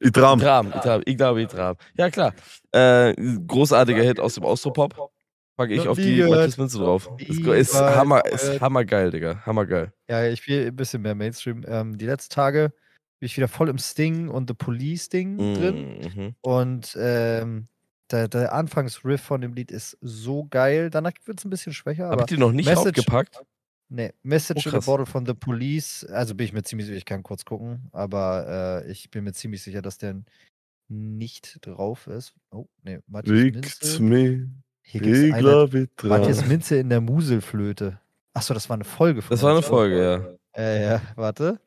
S1: Ich Dram.
S3: Dram, ich glaub, ich glaube, ich träum. Ja, klar. Äh, großartiger Hit aus dem Austropop. Packe ich
S2: Noch
S3: auf
S2: nie
S3: die
S2: gehört.
S3: Matthias Minze drauf. Ist, go- ist,
S2: Niemals
S3: hammer, ist
S2: gehört.
S3: hammergeil, Digga. Hammergeil.
S2: Ja, ich spiele ein bisschen mehr Mainstream. Ähm, die letzten Tage bin ich wieder voll im Sting und The Police-Ding drin.
S3: Mhm.
S2: Und ähm, der, der Anfangsriff von dem Lied ist so geil. Danach wird es ein bisschen schwächer,
S3: Hab
S2: aber
S3: ich die noch nicht
S2: Message-
S3: aufgepackt?
S2: nee, Message
S3: Oh,
S2: in
S3: krass.
S2: the Bottle von The Police. Also bin ich mir ziemlich sicher, ich kann kurz gucken, aber äh, ich bin mir ziemlich sicher, dass der nicht drauf ist. Oh, nee, Matthias
S1: Wiegt's
S2: Minze.
S1: mir.
S2: Hier gibt's
S1: Ich
S2: eine-
S1: glaube, ich Dram.
S2: Matthias Minze in der Muselflöte. Achso, das war eine Folge von
S3: Das war eine
S2: uns, ne?
S3: Folge, ja.
S2: Äh, ja, warte.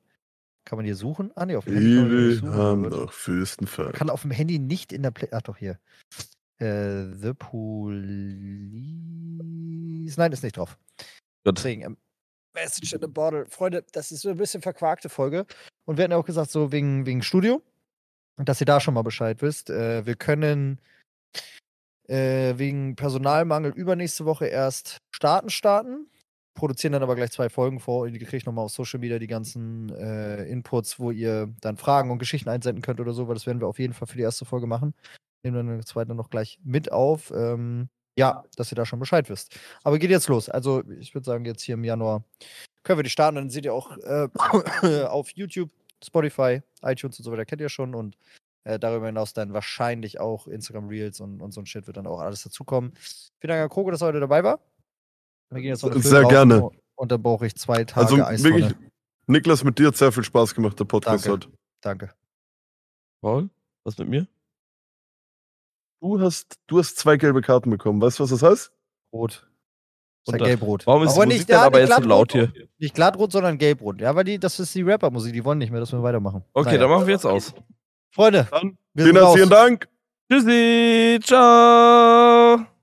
S2: Kann man hier suchen? Ah, nee, auf dem Handy kann man hier nicht
S1: Wir
S2: suchen,
S1: haben
S2: aber
S1: noch Fürstenfall.
S2: Man kann auf dem Handy nicht in der Play. Ach doch, hier. Äh, The Police. Nein, ist nicht drauf.
S3: Gut.
S2: Deswegen, ähm, Message in a Bottle. Freunde, das ist so ein bisschen verquakte Folge. Und wir hatten ja auch gesagt, so wegen, wegen Studio, dass ihr da schon mal Bescheid wisst. Äh, wir können äh, wegen Personalmangel übernächste Woche erst starten, starten. Produzieren dann aber gleich zwei Folgen vor. Ihr kriegt nochmal auf Social Media die ganzen äh, Inputs, wo ihr dann Fragen und Geschichten einsenden könnt oder so, weil das werden wir auf jeden Fall für die erste Folge machen. Nehmen dann eine zweite noch gleich mit auf. Ähm, Ja, dass ihr da schon Bescheid wisst. Aber geht jetzt los. Also, ich würde sagen, jetzt hier im Januar können wir die starten. Dann seht ihr auch äh, <coughs> auf YouTube, Spotify, iTunes und so weiter, kennt ihr schon. Und äh, darüber hinaus dann wahrscheinlich auch Instagram Reels und, und so ein Shit wird dann auch alles dazukommen. Vielen Dank an Kroko, dass er heute dabei war. Wir gehen jetzt noch eine
S1: Sehr
S2: Film
S1: gerne.
S2: rauchen Und dann brauche ich zwei Tage
S1: Also
S2: Eistonne.
S1: wirklich, Niklas, mit dir hat sehr viel Spaß gemacht, der Podcast
S2: Danke.
S1: hat.
S2: Danke.
S3: Paul, was mit mir?
S1: Du hast, du hast zwei gelbe Karten bekommen. Weißt du, was das heißt?
S2: Rot. Ist ein
S3: Und das-
S2: Gelbrot.
S3: Warum ist die Musik
S2: ja,
S3: dann aber jetzt so
S2: glattrot.
S3: laut hier?
S2: Nicht glattrot, sondern gelbrot. Ja, weil die, das ist die Rapper-Musik. Die wollen nicht mehr, dass wir weitermachen.
S3: Okay,
S2: Naja.
S3: dann machen wir jetzt aus.
S2: Freunde,
S1: Dann,
S2: wir
S1: vielen
S2: sind raus.
S1: herzlichen Dank.
S3: Tschüssi, ciao.